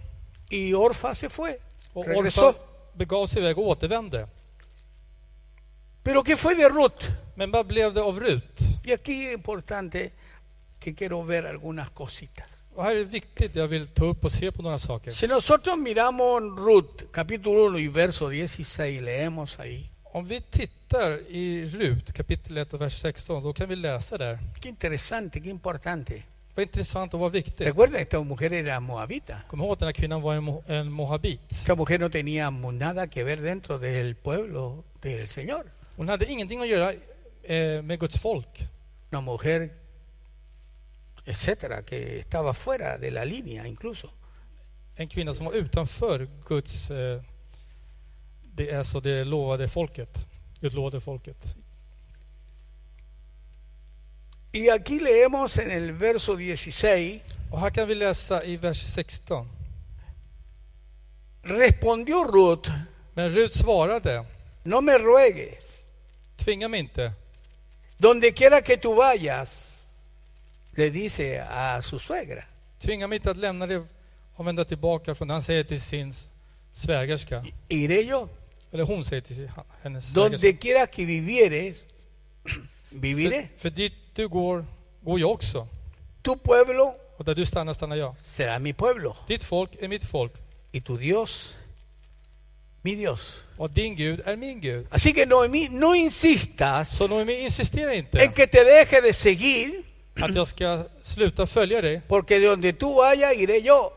Y Orfa se fue,
Och
regresó.
Orfa begav sig iväg och återvände.
Pero ¿qué fue de Ruth?
Men vad blev det av Rut?
Y aquí es importante que quiero ver algunas cositas.
Och här är det viktigt, jag vill ta upp och se på några saker.
Si nosotros miramos Ruth, capítulo 1 y verso 16, leemos ahí.
Om vi tittar i Rut, kapitel 1 och vers 16, då kan vi läsa där.
Qué interesante, qué importante.
Vad intressant och vad viktigt.
Recuerda, esta mujer era moabita.
Kom ihåg att den här kvinnan var en, mo- en mohabit.
Esta mujer no tenía nada que ver dentro del pueblo del Señor.
Hon hade ingenting att göra eh, med Guds folk.
Una mujer, etcétera, que estaba fuera de la línea incluso.
En kvinna som var utanför Guds, eh, det är så det lovade folket, utlovade folket.
Y aquí leemos en el verso 16,
Och här kan vi läsa i vers 16.
respondió Ruth,
Men Rut svarade,
no me ruegues.
tvinga mig inte.
Donde quiera que tú vayas, le dice a su suegra,
Tvinga mig inte att lämna det och vända tillbaka från det. Han säger till sin s- svägerska,
Iré yo,
eller hon säger till sin- ha- hennes svägerska.
donde quiera que vivieres, viviré.
För, för dit du går, går jag också.
Tu pueblo
Och där du stannar, stannar jag.
será mi pueblo
Ditt folk är mitt folk
y tu Dios, mi Dios.
och din Gud är min Gud.
Así que Noemí, no insistas
Så Noemi, insistera inte
en que te deje de seguir,
att jag ska sluta följa dig.
porque de donde tú vayas iré yo,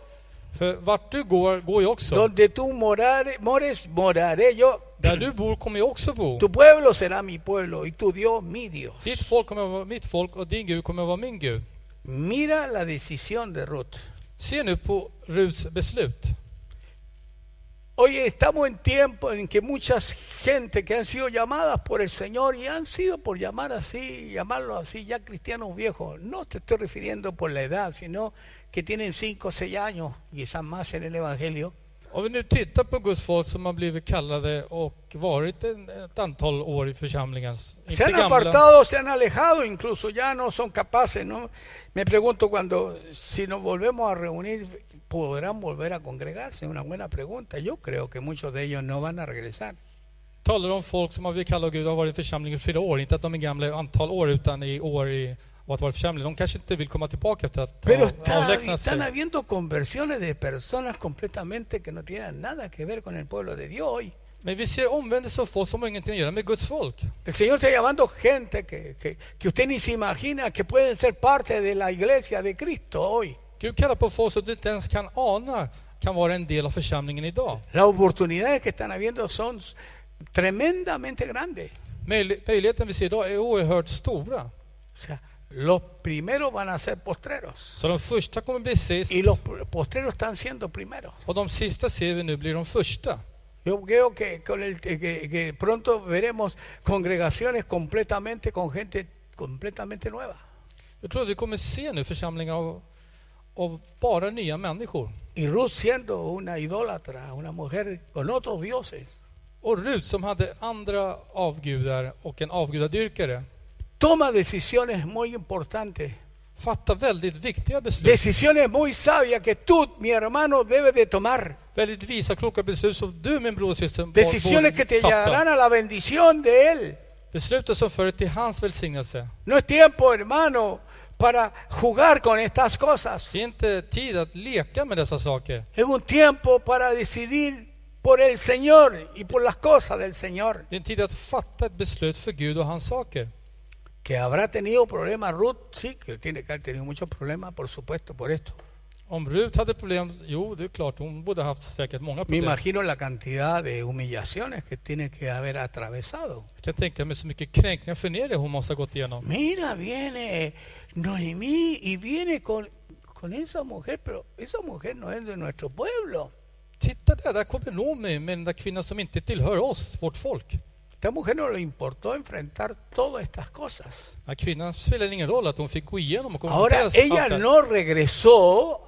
För vart du går, går jag också.
donde tú morare- mores moraré yo.
Där du bor kommer jag också bo.
Tu pueblo será mi pueblo y tu Dios mi Dios.
Ditt folk kommer att vara mitt folk och din Gud kommer att vara min Gud.
Mira la decisión de Ruth.
Se nu på Ruts beslut.
Oye, estamos en tiempo en que muchas gente que han sido llamadas por el Señor y han sido por llamar así, llamarlo así, ya cristianos viejos. No te estoy refiriendo por la edad, sino que tienen 5 o 6 años, quizás más en el Evangelio.
Om vi nu tittar på Guds folk som har blivit kallade och varit en, ett antal år i församlingen.
Se
Inte
han
gamla.
apartado, se han alejado, incluso ya no son capaces. ¿no? Me pregunto cuando, si nos volvemos a reunir, ¿podrán volver a congregarse? Una buena pregunta. Yo creo que muchos de ellos no van a regresar.
Talar om folk som har blivit kallade av Gud och har varit i församlingen i flera år. Inte att de är gamla i antal år utan i år i och att vara i församlingen. De kanske inte vill komma tillbaka efter att
Pero
ha
está-
avlägsnat
están
sig.
habiendo conversiones de personas completamente que no tienen nada que ver con el pueblo de Dios hoy.
Men vi ser omvändelse av folk som har ingenting att göra med Guds folk.
El Señor está llamando gente que, que- que usted ni se imagina que pueden ser parte de la iglesia de Cristo hoy.
Gud kallar på folk som du inte ens kan ana kan vara en del av församlingen idag.
Las oportunidades que están habiendo son tremendamente grandes.
Möjli- Möjligheten vi ser idag är oerhört stora.
O sea, los primeros van a ser postreros.
Så de första kommer bli sist
Y los pr- postreros están siendo primeros.
och de sista ser vi nu blir de första.
Yo creo que, con el, que, que pronto veremos congregaciones completamente con gente completamente nueva.
Jag tror att vi kommer se nu församlingar av, av bara nya människor.
Y Ruth siendo una idólatra, una mujer con otros dioses,
Och Rut som hade andra avgudar och en avgudadyrkare
toma decisiones muy importantes,
fattar väldigt viktiga beslut.
decisiones muy sabias que tú, mi hermano, debes de tomar,
Väldigt visa kloka beslut som du min bror och syster bör-
decisiones que te
bör
llevarán
fatta.
a la bendición de Él.
Beslutet som för till hans välsignelse.
No es tiempo, hermano, para jugar con estas cosas.
Det är inte tid att leka med dessa saker.
Es un tiempo para decidir por el Señor y por las cosas del Señor.
Det är en tid att fatta ett beslut för Gud och hans saker.
Que habrá tenido problemas Ruth, sí, que tiene que haber tenido muchos problemas, por supuesto, por esto.
Om Rut hade problem, jo det är klart, hon borde ha haft säkert många
Me
problem.
imagino la cantidad de humillaciones que tiene que haber atravesado.
Jag kan tänka mig så mycket kränkningar och förnedring hon måste ha gått igenom.
Mira, viene Noemí y viene con, con esa mujer, pero esa mujer no es de nuestro pueblo.
Titta där, där kommer Noomi med den där kvinnan som inte tillhör oss, vårt folk. Den
Esta mujer no le importó enfrentar todas estas cosas.
här kvinnan spelar ingen roll att hon fick gå igenom och
Ahora,
konfronteras med allt
ella
det här.
no regresó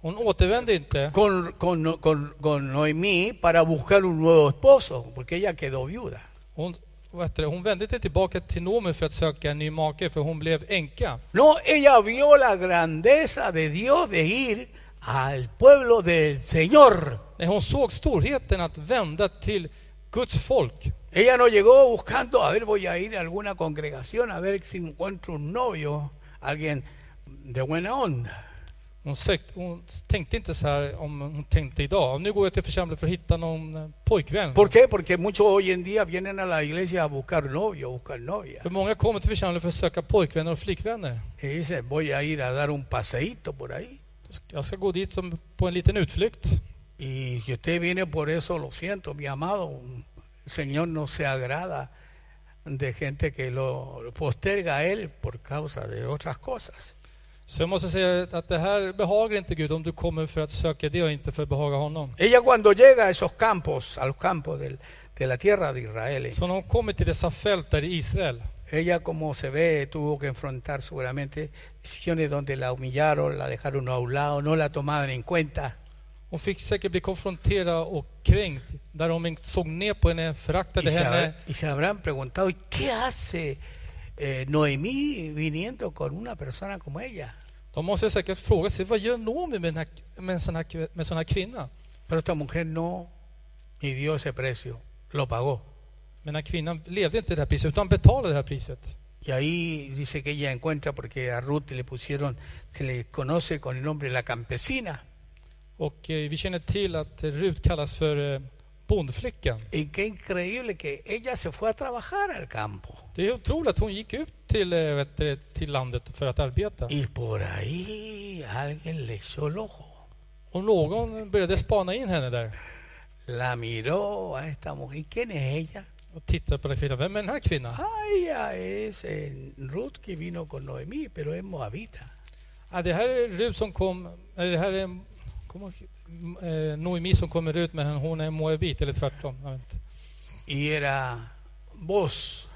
Hon återvände inte
con, con, con- con Noemí para buscar un nuevo esposo, porque ella quedó viuda.
Hon, vad heter det, hon vände inte tillbaka till Noomi för att söka en ny make, för hon blev änka.
No, ella vio la grandeza de Dios de ir al pueblo del Señor.
Nej, hon såg storheten att vända till Guds folk.
Ella no llegó buscando, a ver, voy a ir a alguna congregación a ver si encuentro un novio, alguien de buena onda.
Hon, sökte, hon tänkte inte så här om hon tänkte idag. Nu går jag till församlingen för att hitta någon eh, pojkvän.
¿Por qué? Porque muchos hoy en día vienen a la iglesia a buscar novio, a buscar novia.
För många kommer till församlingen för att söka pojkvänner och flickvänner.
Y dicen, voy a ir a dar un paseíto por ahí.
Jag ska gå dit som på en liten utflykt.
Y si usted viene por eso, lo siento, mi amado. El Señor no se agrada de gente que lo posterga a Él por causa de otras cosas.
Så jag måste säga att det här behagar inte Gud om du kommer för att söka det och inte för att behaga honom.
Ella cuando llega a esos campos, a los campos del- de la tierra de Israel,
Så när hon kommer till dessa fält där i Israel,
Ella, como se ve, tuvo que enfrentar seguramente decisiones donde la humillaron, la dejaron a un lado, no la tomaban en cuenta.
hon fick säkert bli konfronterad och kränkt där de såg ner på henne, föraktade
Y se,
henne.
habrá- y se habrán preguntado, "¿Y qué hace eh, Noemí viniendo con una persona como ella?
De måste säkert fråga sig, vad gör Naomi med, den här, med, en sån här, kv- med en sån här kvinna?
Pero esta mujer no midió ese precio, lo pagó.
Men den här kvinnan levde inte det här priset, utan betalade det här priset.
Y ahí dice que ella encuentra, porque a Ruth le pusieron, se le conoce con el nombre la campesina.
Och eh, vi känner till att eh, Rut kallas för eh, bondflickan.
Y qué increíble que ella se fue a trabajar al campo.
Det är otroligt att hon gick ut till, eh, vet du, till landet för att arbeta.
Y por ahí alguien le echó el ojo.
Och någon började spana in henne där
La miró a esta mujer. ¿Y quién es ella?
och tittade på den kvinnan. Vem är den här kvinnan?
Ah, ella es eh, Ruth que vino con Noemí, pero es moabita.
Ja, det här är Rut som kom, eller det här är kom, ihåg, m- eh, Noemi som kommer ut men hon är moabit eller tvärtom. Jag vet inte.
Y era Vos,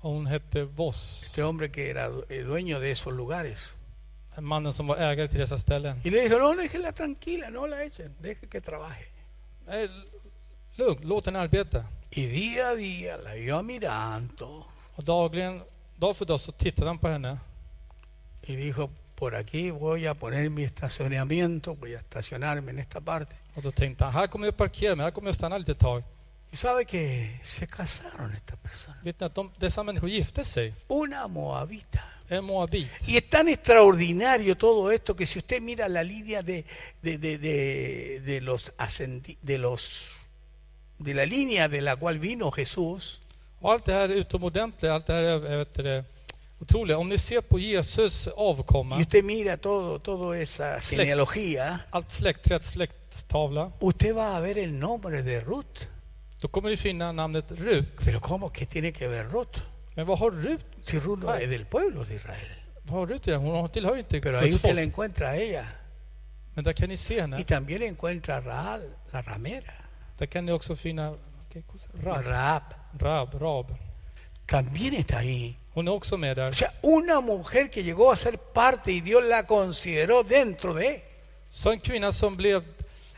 Och Hon hette Voss,
este hombre que era du- eh, dueño de esos lugares.
mannen som var ägare till dessa ställen.
Y le dijo, no, déjela tranquila, no la echen, deje que trabaje.
Nej, lugn, låt henne arbeta.
Y día a día la iba mirando
Och dagligen, dag för dag så tittade han på henne.
y dijo, por aquí voy a poner mi estacionamiento, voy a estacionarme en esta parte.
Och då tänkte han, här kommer jag parkera mig, här kommer jag stanna lite tag.
Y sabe que se casaron estas personas.
Vet ni att de, dessa människor gifte sig?
Una moabita.
En moabit.
Y es tan extraordinario todo esto que si usted mira la línea de, de, de, de, de los ascendi- de los de la línea de la cual vino Jesús,
Och allt det här är utomordentligt, allt det här är jag vet det, otroligt. Om ni ser på Jesus
y
avkomma,
usted mira todo, toda esa
Slects.
genealogía,
allt släktträd, släkttavla,
usted va a ver el nombre de Ruth.
då kommer ni finna namnet Rut.
Pero ¿cómo? ¿Qué tiene que ver Ruth?
Men vad har Rut,
Si Ruth no
Ah.
es del pueblo de Israel.
vad har Rut i det? här? Hon tillhör ju inte
Pero ahí
Guds
usted la
folk.
encuentra a ella.
Men där kan ni se
Y
henne.
también encuentra a Raal, la ramera.
Där kan ni också finna okej, kossa, Rab,
Raab.
Rab, Rab.
También está ahí.
Hon är också med
O
där.
sea, una mujer que llegó a ser parte y Dios la consideró dentro de
Så en kvinna som blev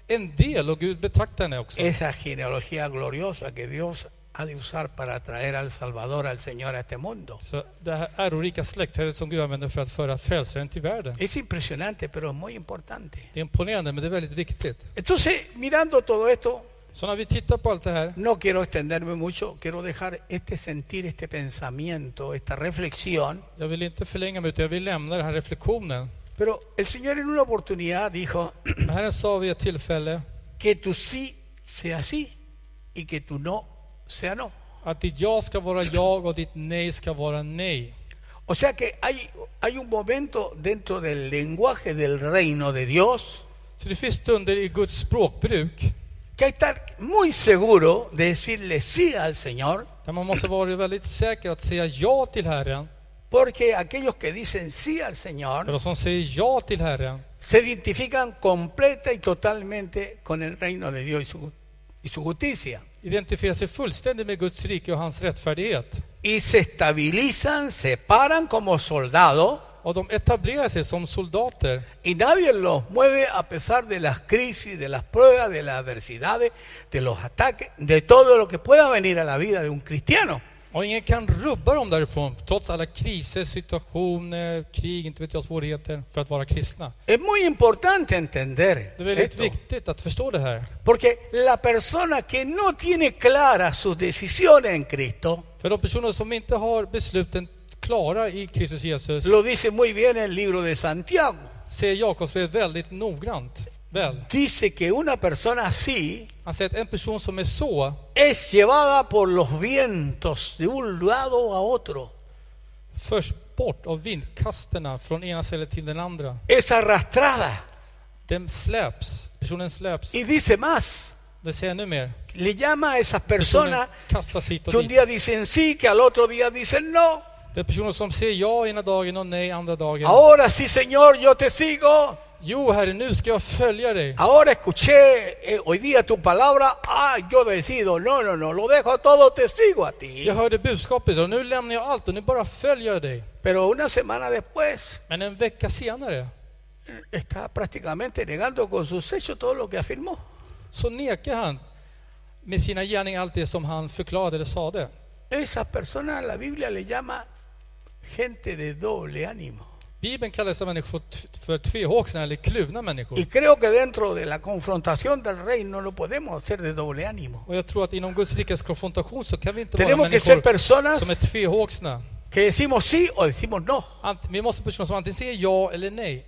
en del och Gud betraktade henne också.
esa genealogía gloriosa que Dios ha de usar para traer al Salvador, al Señor a este mundo.
Så det här ärorika släktträdet som Gud använder för att föra frälsaren till världen.
Es impresionante, pero es muy importante.
Det är imponerande, men det är väldigt viktigt.
Entonces, mirando todo esto,
Så när vi tittar på allt det här,
No quiero extenderme mucho, quiero dejar este sentir, este pensamiento, esta reflexión.
jag vill inte förlänga mig utan jag vill lämna den här reflektionen.
Pero el Señor en una oportunidad dijo,
Men Herren sa vid ett tillfälle
que tu sí sea sí y que tu no sea no.
att ditt ja ska vara ja och ditt nej ska vara nej.
O sea que hay, hay un momento dentro del lenguaje del reino de Dios
Så det finns stunder i Guds språkbruk
que hay que estar muy seguro de decirle sí al Señor,
där man måste vara väldigt säker att säga ja till Herren.
porque aquellos que dicen sí al
För
Señor
de som säger ja till Herren,
se identifican completa y totalmente con el reino de Dios y su, y su justicia.
identifierar sig fullständigt med Guds rike och hans rättfärdighet.
y se estabilizan, se paran como soldados
Och de etablerar sig som soldater.
y nadie los mueve a pesar de las crisis, de las pruebas, de las adversidades, de los ataques, de todo lo que pueda venir a la vida de un cristiano.
Och ingen kan rubba dem därifrån, trots alla kriser, situationer, krig, inte vet jag, svårigheter, för att vara kristna.
Es muy importante entender
Det är väldigt
esto,
viktigt att förstå det här.
porque la persona que no tiene claras sus decisiones en Cristo,
För de personer som inte har besluten klara i Kristus Jesus,
lo dice muy bien el libro de Santiago,
ser Jakobsbrevet väldigt noggrant. Väl.
dice que una persona así
Han säger att en person som är så,
es llevada por los vientos de un lado a otro.
förs bort av vindkasterna från ena stället till den andra.
es arrastrada.
Den släps, personen släps.
Y dice más,
Det säger ännu mer.
le llama a esas
Personen
personas
kastas hit
que
och
un
dit.
día dicen sí, que al otro día dicen no.
Det är personer som säger ja ena dagen och nej andra dagen.
Ahora sí, Señor, yo te sigo.
Jo Herre, nu ska jag följa dig.
Ahora escuché eh, hoy día tu palabra. Ah, yo decido. No, no, no, lo dejo todo, te sigo a ti.
Jag hörde budskapet och nu lämnar jag allt och nu bara följer jag dig.
Pero una semana después
Men en vecka senare
eh, está prácticamente negando con sus hechos todo lo que afirmó.
så nekar han med sina gärningar allt det som han förklarade eller sade.
Esas personas la Biblia le llama gente de doble ánimo.
Bibeln kallar dessa människor t- för tvehågsna eller kluvna människor.
Y creo que dentro de la confrontación del reino no podemos hacer de doble ánimo.
Och jag tror att inom Guds rikes konfrontation så kan vi inte vara
Tenemos que ser
människor
personas
som är tvehågsna.
que decimos sí o decimos no.
Ant- Vi måste vara personer som antingen säger ja eller nej.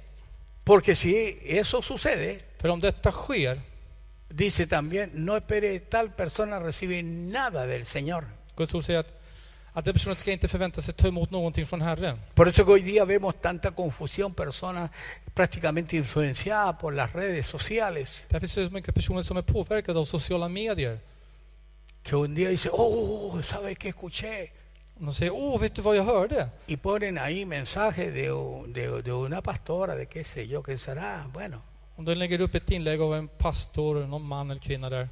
Porque si eso sucede,
För om detta sker,
dice también, no espere tal persona recibir nada del Señor.
Guds ord säger att, att den personen ska inte förvänta sig ta emot någonting från Herren.
Por eso que hoy día vemos tanta confusión, personas prácticamente influenciadas por las redes sociales,
Därför finns det så mycket personer som är påverkade av sociala medier.
que un día dice, oh, ¿sabes qué escuché?
De säger ”Åh, vet du vad jag hörde?”
Y ponen ahí mensajes de, un- de- de una pastora, de qué sé yo, qué será, bueno.
Om de lägger upp ett inlägg av en pastor, någon man eller kvinna där.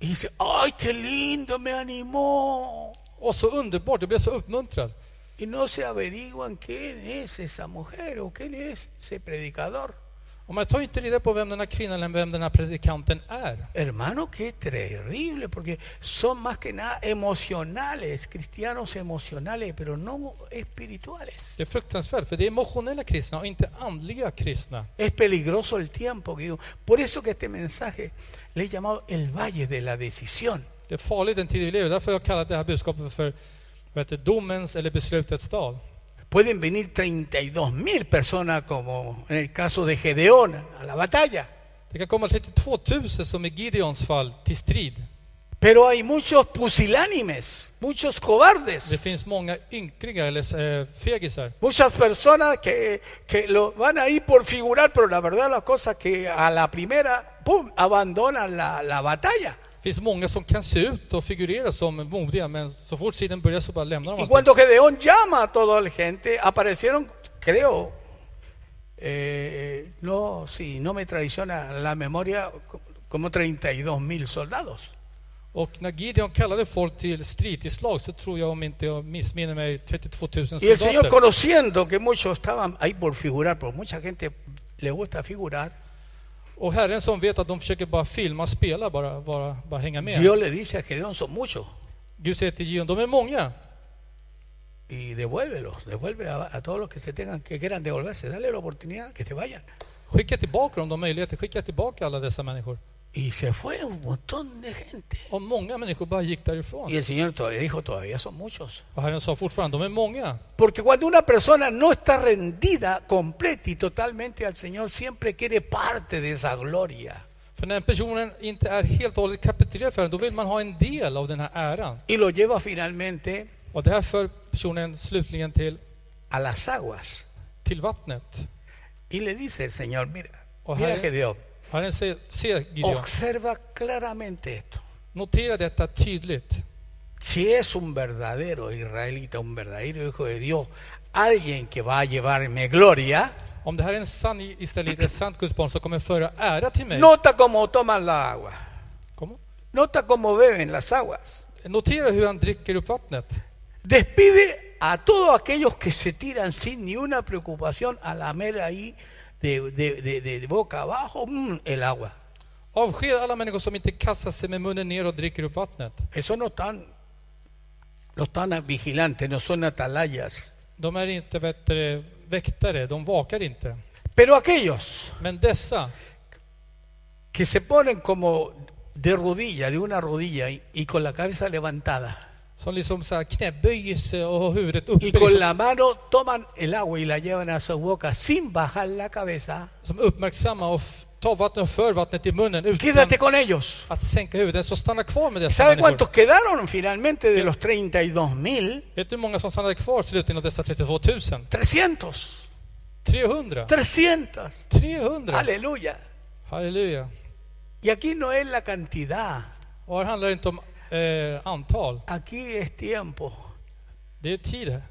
Y dice, ay, qué lindo, me animó.
Åh, så underbart! Jag blev så uppmuntrad.
Y no se averiguan quién es esa mujer o quién es ese predicador.
Och man tar ju inte reda på vem den här kvinnan eller vem den här predikanten är.
Hermano, qué terrible, porque son más que nada emocionales, cristianos emocionales, pero no espirituales.
Det är fruktansvärt, för det är emotionella kristna och inte andliga kristna.
Es peligroso el tiempo, que digo. Por eso que este mensaje le he llamado el valle de la decisión.
Det är farligt den tid vi lever i. Därför har jag kallat det här budskapet för vad heter, det, domens eller beslutets dag.
Pueden venir 32 mil personas, como en el caso de Gedeón, a la batalla.
Det kan komma 32 000 som i Gideons fall till strid.
Pero hay muchos pusilánimes, muchos
Det
cobardes,
finns många ynkliga eller eh, fegisar.
muchas personas que, que lo van ahí por figurar, pero la verdad las cosas que a la primera, ¡pum!, abandonan la, la batalla.
Det finns många som kan se ut och figurera som modiga men så fort striden börjar så bara lämnar de
Y
allting.
cuando Gedeón llama a toda la gente, aparecieron, creo, eh, no, si no me traiciona la memoria, como 32 mil soldados.
Och när Gideon kallade folk till strid, till slag, så tror jag om inte jag missminner mig 32 000
Y el Señor,
soldater.
conociendo que muchos estaban ahí por figurar, porque mucha gente le gusta figurar,
Och Herren som vet att de försöker bara filma, spela, bara, bara, bara hänga med.
Dios le dice a Gedeón, son muchos.
Gud säger till Gideon, de är många.
y devuélvelos, devuelve a, a todos los que se tengan que quieran devolverse, dale la oportunidad que se vayan.
Skicka tillbaka dem, de har möjligheter. Skicka tillbaka alla dessa människor.
Y se fue un montón de gente.
Och många människor bara gick
Y
därifrån.
el Señor todavía dijo, todavía son muchos.
Och Herren sa fortfarande, de är många.
Porque cuando una persona no está rendida completa y totalmente al Señor, siempre quiere parte de esa gloria.
För när personen inte är helt och hållet kapitulerad för den, då vill man ha en del av den här äran.
Y lo lleva finalmente
Och det här för personen slutligen till,
a las aguas.
till vattnet.
Y le dice el Señor, mira,
Ojalá.
mira que Dios,
Herren säger, se Gideon,
observa claramente esto.
notera detta tydligt.
Si es un verdadero israelita, un verdadero hijo de Dios, alguien que va a llevarme gloria,
Om det här är en sann israelit, ett sant Guds barn som kommer föra ära till mig.
nota cómo toman la agua,
Kom.
nota cómo beben las aguas,
Notera hur han dricker upp vattnet.
despide a todos aquellos que se tiran sin ni una preocupación a la mera ahí de, de- de- de- de boca abajo mm, el agua.
Avsked alla människor som inte kastar sig med munnen ner och dricker upp vattnet.
Eso no están, no están vigilantes, no son atalayas.
De är inte bättre väktare, de vakar inte.
Pero aquellos
Men dessa
que se ponen como de rodilla, de una rodilla y, y con la cabeza levantada
som liksom så här knäböjer sig och har huvudet uppe,
y con
liksom,
la mano toman el agua y la llevan a su boca sin bajar la cabeza,
som är uppmärksamma och f- tar vattnet och för vattnet i munnen utan
quédate con ellos.
att sänka huvudet. Så stanna kvar med dessa
¿Sabe
människor.
cuántos quedaron finalmente de los 32 mil?
Vet du hur många som stannade kvar slutligen av dessa 32 000?
300,
300!
300,
300!
aleluya.
Halleluja!
Y aquí no es la cantidad,
Och här handlar det inte om eh, antal.
aquí es tiempo
Det är tid här.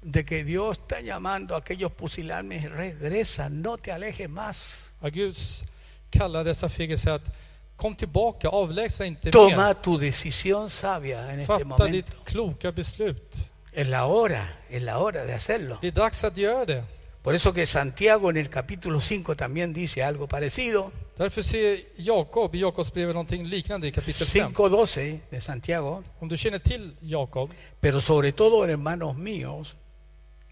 de que Dios está llamando a aquellos pusilánimes, regresa, no te alejes más.
Ja, Gud kallar dessa figger att kom tillbaka, avlägsna inte mer.
Toma tu decisión sabia en este
Fatta
momento.
ditt kloka beslut.
Es la hora, es la hora de hacerlo.
Det är dags att göra det.
Por eso que Santiago en el capítulo 5 también dice algo parecido.
Därför ser Jakob i Jakobs brev någonting liknande i kapitel 5.
5.12 de Santiago.
Om du känner till Jakob,
Pero sobre todo, hermanos míos,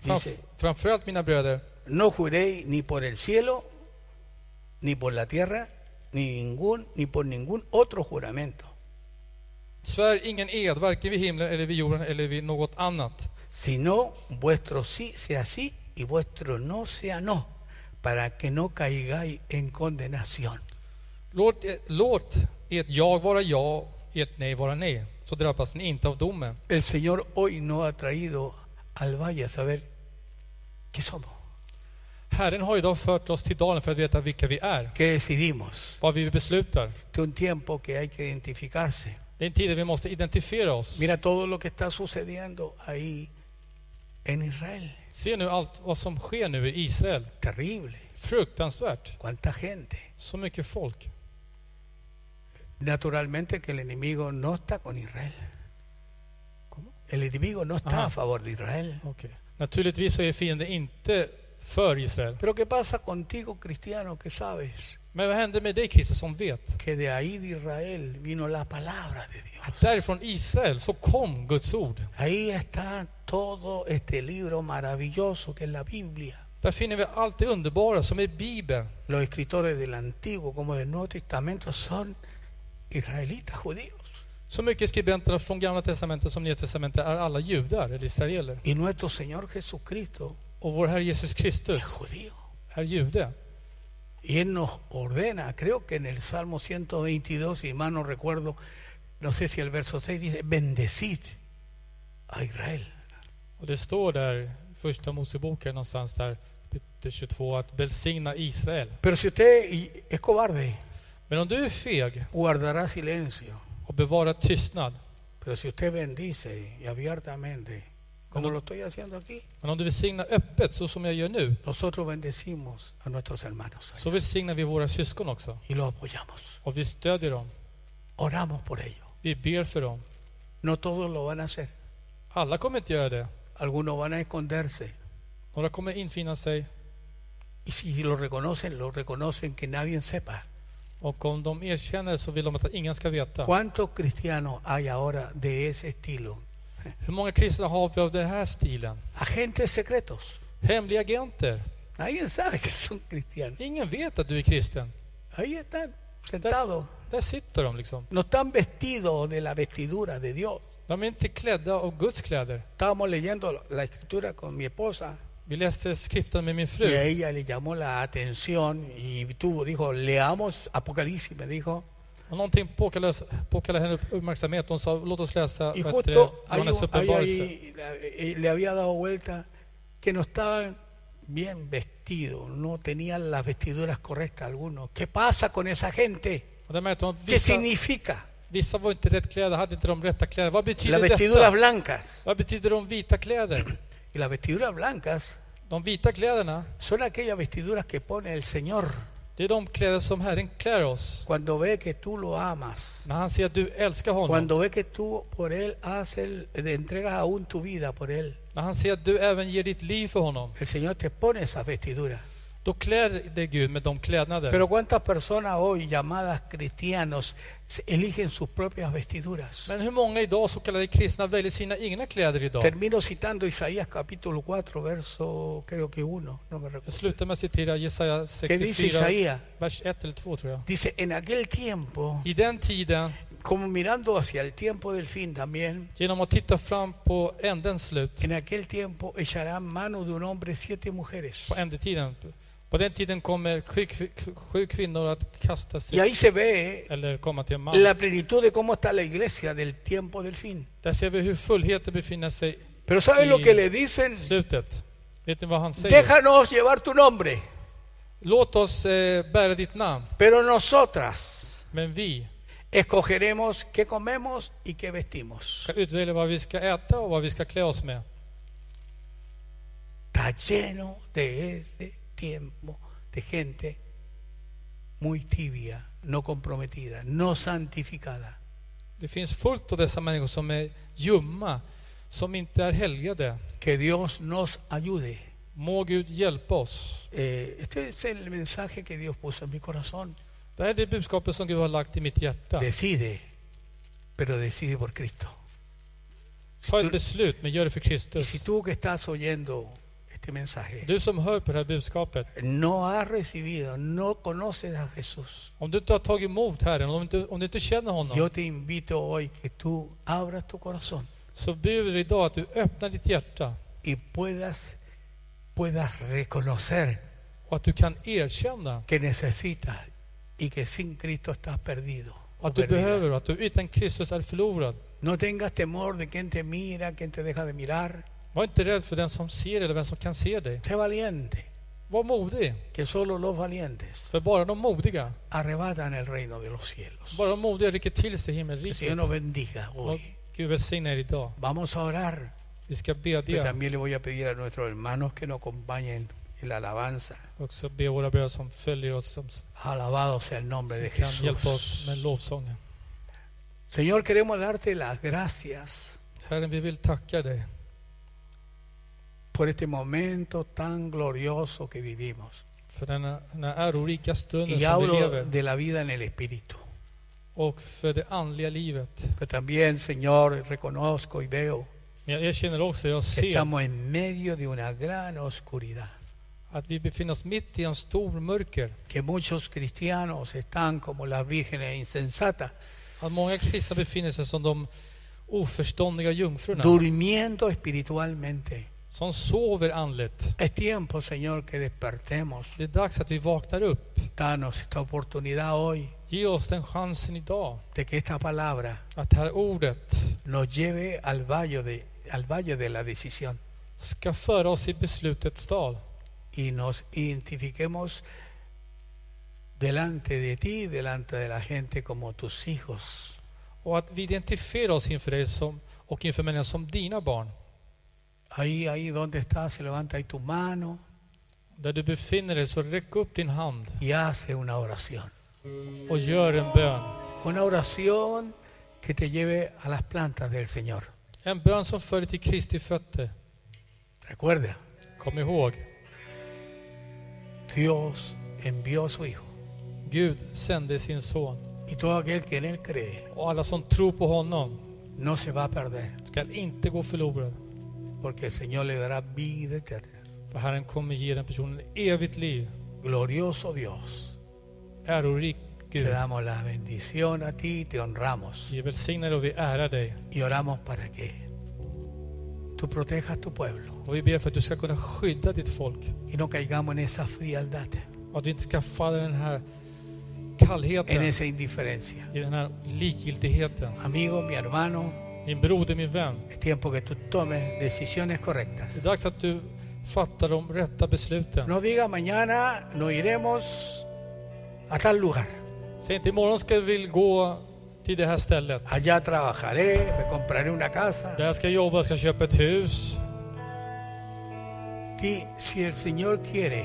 Framf-
Dice,
framförallt mina bröder,
no juréis ni por el cielo, ni por la tierra, ni, ningún, ni por ningún otro juramento,
svär ingen ed, varken vid himlen eller vid jorden eller vid något annat.
sino vuestro sí sea sí y vuestro no sea no, para que no caigáis en condenación.
Låt, eh, låt ert ja vara ja, ert nej vara nej, så drabbas ni inte av domen.
El Señor hoy no ha traído al valle a saber qué somos,
Herren har idag fört oss till dalen för att veta vilka vi är,
qué decidimos.
vad vi beslutar.
Este es un tiempo que hay que identificarse.
Det är en tid där vi måste identifiera oss.
Mira todo lo que está sucediendo ahí en Israel.
Se nu allt vad som sker nu i Israel.
Terrible.
Fruktansvärt.
Cuánta gente.
Så mycket folk.
Naturalmente que el enemigo no está con Israel. El enemigo no está
Ajá.
a favor de Israel.
Okej. Naturligtvis så är fienden inte för Israel.
Pero ¿qué pasa contigo, cristiano, que sabes
Men vad hände med dig Christer som vet?
que de ahí de Israel vino la palabra de Dios?
Att därifrån Israel så kom Guds ord.
Ahí está todo este libro maravilloso que es la Biblia.
Där finner vi allt det underbara som är Bibeln.
Los escritores del Antiguo como del Nuevo Testamento son israelitas judíos.
Så mycket skribenter från Gamla Testamentet som Nya Testamentet är alla judar eller israeler.
Y nuestro Señor Jesucristo
Och vår Herre Jesus
es
Kristus
judío.
är jude.
Y Él nos ordena, creo que en el Salmo 122, si mal no recuerdo, no sé si el verso 6 dice, bendecid a Israel.
Och det står där, första Moseboken någonstans där, 22, att välsigna Israel.
Pero si usted y- es cobarde,
Men om du är feg
guardará silencio.
och bevarar tystnad,
Pero si usted bendice y abiertamente, como lo estoy haciendo aquí,
men om du välsignar öppet så som jag gör nu,
nosotros bendecimos a nuestros hermanos
så välsignar vi våra syskon också.
y los apoyamos.
Och vi stödjer dem.
Oramos por ellos.
Vi ber för dem.
No todos lo van a hacer.
Alla kommer inte göra det.
Algunos van a esconderse.
Några kommer infinna sig
Y si lo reconocen, lo reconocen que nadie sepa.
och om de erkänner så vill de att ingen ska veta.
¿Cuántos cristianos hay ahora de ese estilo?
Hur många kristna har vi av den här stilen?
Agentes secretos.
Hemliga agenter.
Nadie sabe que son cristianos.
Ingen vet att du är kristen.
Ahí están, sentados.
Där sitter de liksom.
No están vestidos de la vestidura de Dios.
De är inte klädda av Guds kläder.
Estábamos leyendo la escritura con mi esposa
Vi läste skriften med
y
min
a
fru
ella le llamó la atención y tuvo, dijo, leamos Apocalipsis, me dijo.
och någonting påkallade, påkallade henne uppmärksamhet. Hon sa låt oss läsa
Y
vad heter
justo
det,
ahí,
Johannes
ahí-
uppenbarelse.
ahí, eh, le había dado vuelta que no estaban bien vestidos, no tenían las vestiduras correctas algunos. ¿Qué pasa con esa gente?
Och där märkte hon att
¿Qué
vissa,
significa?
vissa var inte rätt kläder, hade inte de rätta kläderna. Vad
Las
betyder
vestiduras
detta?
blancas.
Vad betyder de vita kläder?
Y las vestiduras blancas
De vita kläderna,
son aquellas vestiduras que pone el Señor
det är de kläder som Herren klär oss.
cuando ve que tú lo amas,
När han ser att du älskar honom.
cuando ve que tú por Él haces, le entregas aún tu vida por Él.
När han ser att du även ger ditt liv för honom.
El Señor te pone esas vestiduras.
Då klär dig Gud med de klädnader.
Pero cuántas personas hoy llamadas cristianos se- eligen sus propias vestiduras.
Men hur många idag så kallade kristna väljer sina egna kläder idag?
Termino citando Isaías capítulo 4, verso creo que 1, no me
Jag
recuerdo.
slutar med att citera Jesaja
¿Qué dice
64,
Isaías?
vers 1 eller 2 tror jag.
Dice, en aquel tiempo
I den tiden,
como mirando hacia el tiempo del fin también,
genom att titta fram på ändens slut,
en aquel tiempo echarán mano de un hombre siete mujeres.
på ändetiden. På den tiden kommer sju, kv- sju kvinnor att kasta
Y
sig,
ahí se ve
eller komma till en man.
la plenitud de cómo está la iglesia del tiempo del fin.
Där ser vi hur fullheten befinner sig
Pero ¿saben lo que le dicen?
i slutet. Vet ni vad han säger?
Déjanos llevar tu nombre,
Låt oss eh, bära ditt namn,
pero nosotras
men vi
escogeremos qué comemos y qué vestimos.
ska utvälja vad vi ska äta och vad vi ska klä oss med.
Está lleno de ese tiempo de gente muy tibia, no comprometida, no santificada.
Det finns fullt av dessa människor som är ljumma, som inte är helgade.
Que Dios nos ayude.
Må Gud hjälpa oss.
Eh, este es el mensaje que Dios puso en mi corazón.
Det här är det budskapet som Gud har lagt i mitt hjärta.
Decide, pero decide por Cristo.
Ta ett beslut, men gör det för
Y si
Kristus.
tú que estás oyendo este mensaje,
Du som hör på det här budskapet,
no has recibido, no conoces a Jesús,
om du inte har tagit emot Herren, om du inte, om du inte känner honom,
yo te invito hoy que tú abras tu corazón
så bjuder jag idag att du öppnar ditt hjärta
y puedas, puedas reconocer
och att du kan erkänna
que necesitas y que sin Cristo estás perdido. o
att du
perdida.
behöver och att du utan Kristus är förlorad.
No tengas temor de quien te mira, quien te deja de mirar.
Var inte rädd för den som ser eller vem som kan se dig.
Sé valiente,
Var modig,
que solo los valientes
för bara de modiga,
arrebatan el reino de los cielos.
bara de modiga rycker till sig
Que el
himmelriket.
Señor nos bendiga
Och
hoy.
Gud välsigne er idag.
Vamos a orar.
Vi ska
Pero
bedja
también le voy a pedir a nuestros hermanos que nos acompañen en la alabanza.
och så be våra bröder som följer oss, som, som
Alabado sea el nombre de
kan hjälpa oss
Jesús.
med lovsången.
Señor, queremos darte las gracias
Herren, vi vill tacka dig
por este momento tan glorioso que vivimos.
för denna, denna ärorika stunden
Y
som vi lever
hablo de la vida en el Espíritu.
och för det andliga livet.
Pero también, Señor, reconozco y veo
Men jag erkänner också, jag
que
ser
estamos en medio de una gran oscuridad.
att vi befinner oss mitt i en stor mörker.
Que muchos cristianos están como e las vírgenes insensatas,
Att många kristna befinner sig som de oförståndiga jungfrurna
durmiendo espiritualmente.
som sover andligt.
Es tiempo, Señor, que despertemos.
Det är dags att vi vaknar upp.
Danos esta oportunidad hoy
Ge oss den chansen idag
de que esta palabra
att det här ordet
nos lleve al valle de, al valle de la decisión
ska föra oss i beslutets dal
y nos identifiquemos delante de ti, delante de la gente como tus hijos.
och att vi identifierar oss inför dig som, och inför människan som dina barn.
Ahí, ahí donde estás, se levanta ahí tu mano
Där du befinner dig så räck upp din hand
y hace una oración.
och gör en bön.
Una oración que te lleve a las plantas del Señor.
En bön som följer till Kristi fötter.
Recuerda,
Kom ihåg,
Dios envió a su Hijo
Gud sände sin son
y todo aquel que en Él cree
och alla som tror på honom
no se va a perder,
skall inte gå förlorad.
porque el Señor le dará vida eterna.
För Herren kommer ge den personen evigt liv.
Glorioso Dios,
Ärorik
te
Gud.
damos la bendición a ti, te honramos
Vi välsignar dig och vi ärar dig.
y oramos para que tú protejas tu pueblo
Och vi ber för att du ska kunna skydda ditt folk.
y no caigamos en esa frialdad,
Och att du inte ska falla i den här
en
kallheten,
esa indiferencia.
i den här likgiltigheten.
Amigo, mi hermano,
Min broder, min vän.
es tiempo que tú tomes decisiones correctas.
Det är dags att du fattar de rätta besluten.
No diga mañana no iremos a tal lugar.
Säg inte imorgon ska vi gå till det här stället.
Allá trabajaré, me compraré una casa.
Där ska jag jobba, jag ska köpa ett hus.
Ti- Si el Señor quiere,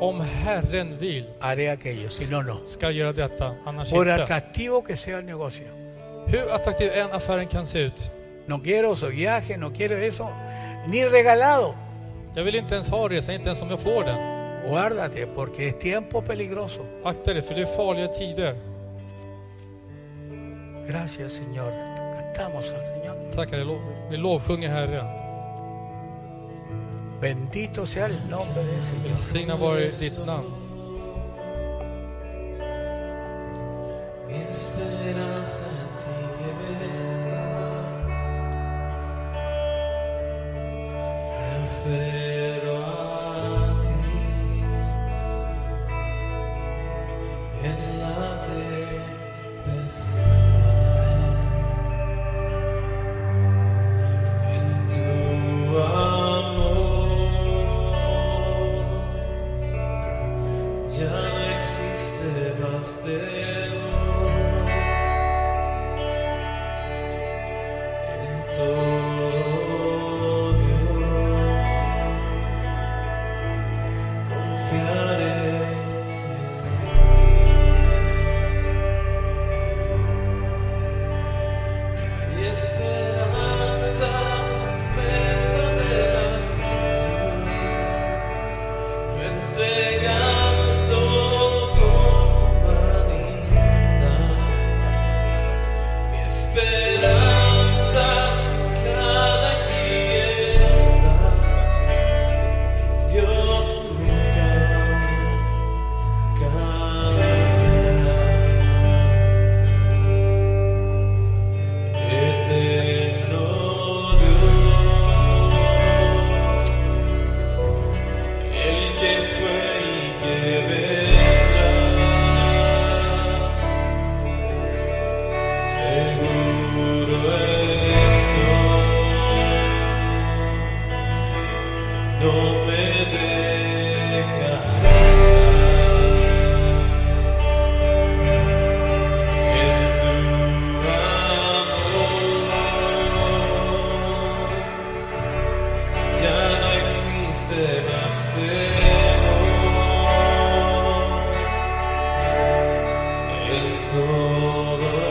Om Herren vill
haré aquello. Si no, no.
ska jag göra detta, annars
Por
inte.
atractivo que sea el negocio.
Hur attraktiv en affären kan se ut.
No quiero su viaje, no quiero eso, ni regalado.
Jag vill inte ens ha resan, inte ens om jag får den.
Guárdate porque es tiempo peligroso.
Akta dig, för det är farliga tider.
Gracias, Señor. Cantamos al Señor.
Tackar dig, lo- vi lovsjunger Herren.
Bendito sea el nombre del Señor.
Välsigna vare ditt namn.
Mi esperanza en ti debe estar. Me aferro a ti en la tempestad. En tu amor. Ya no existe más temor en todo Dios. Confiaré en ti. Mi esperanza puesta de la me entregaste todo con humanidad. Mi esperanza en todo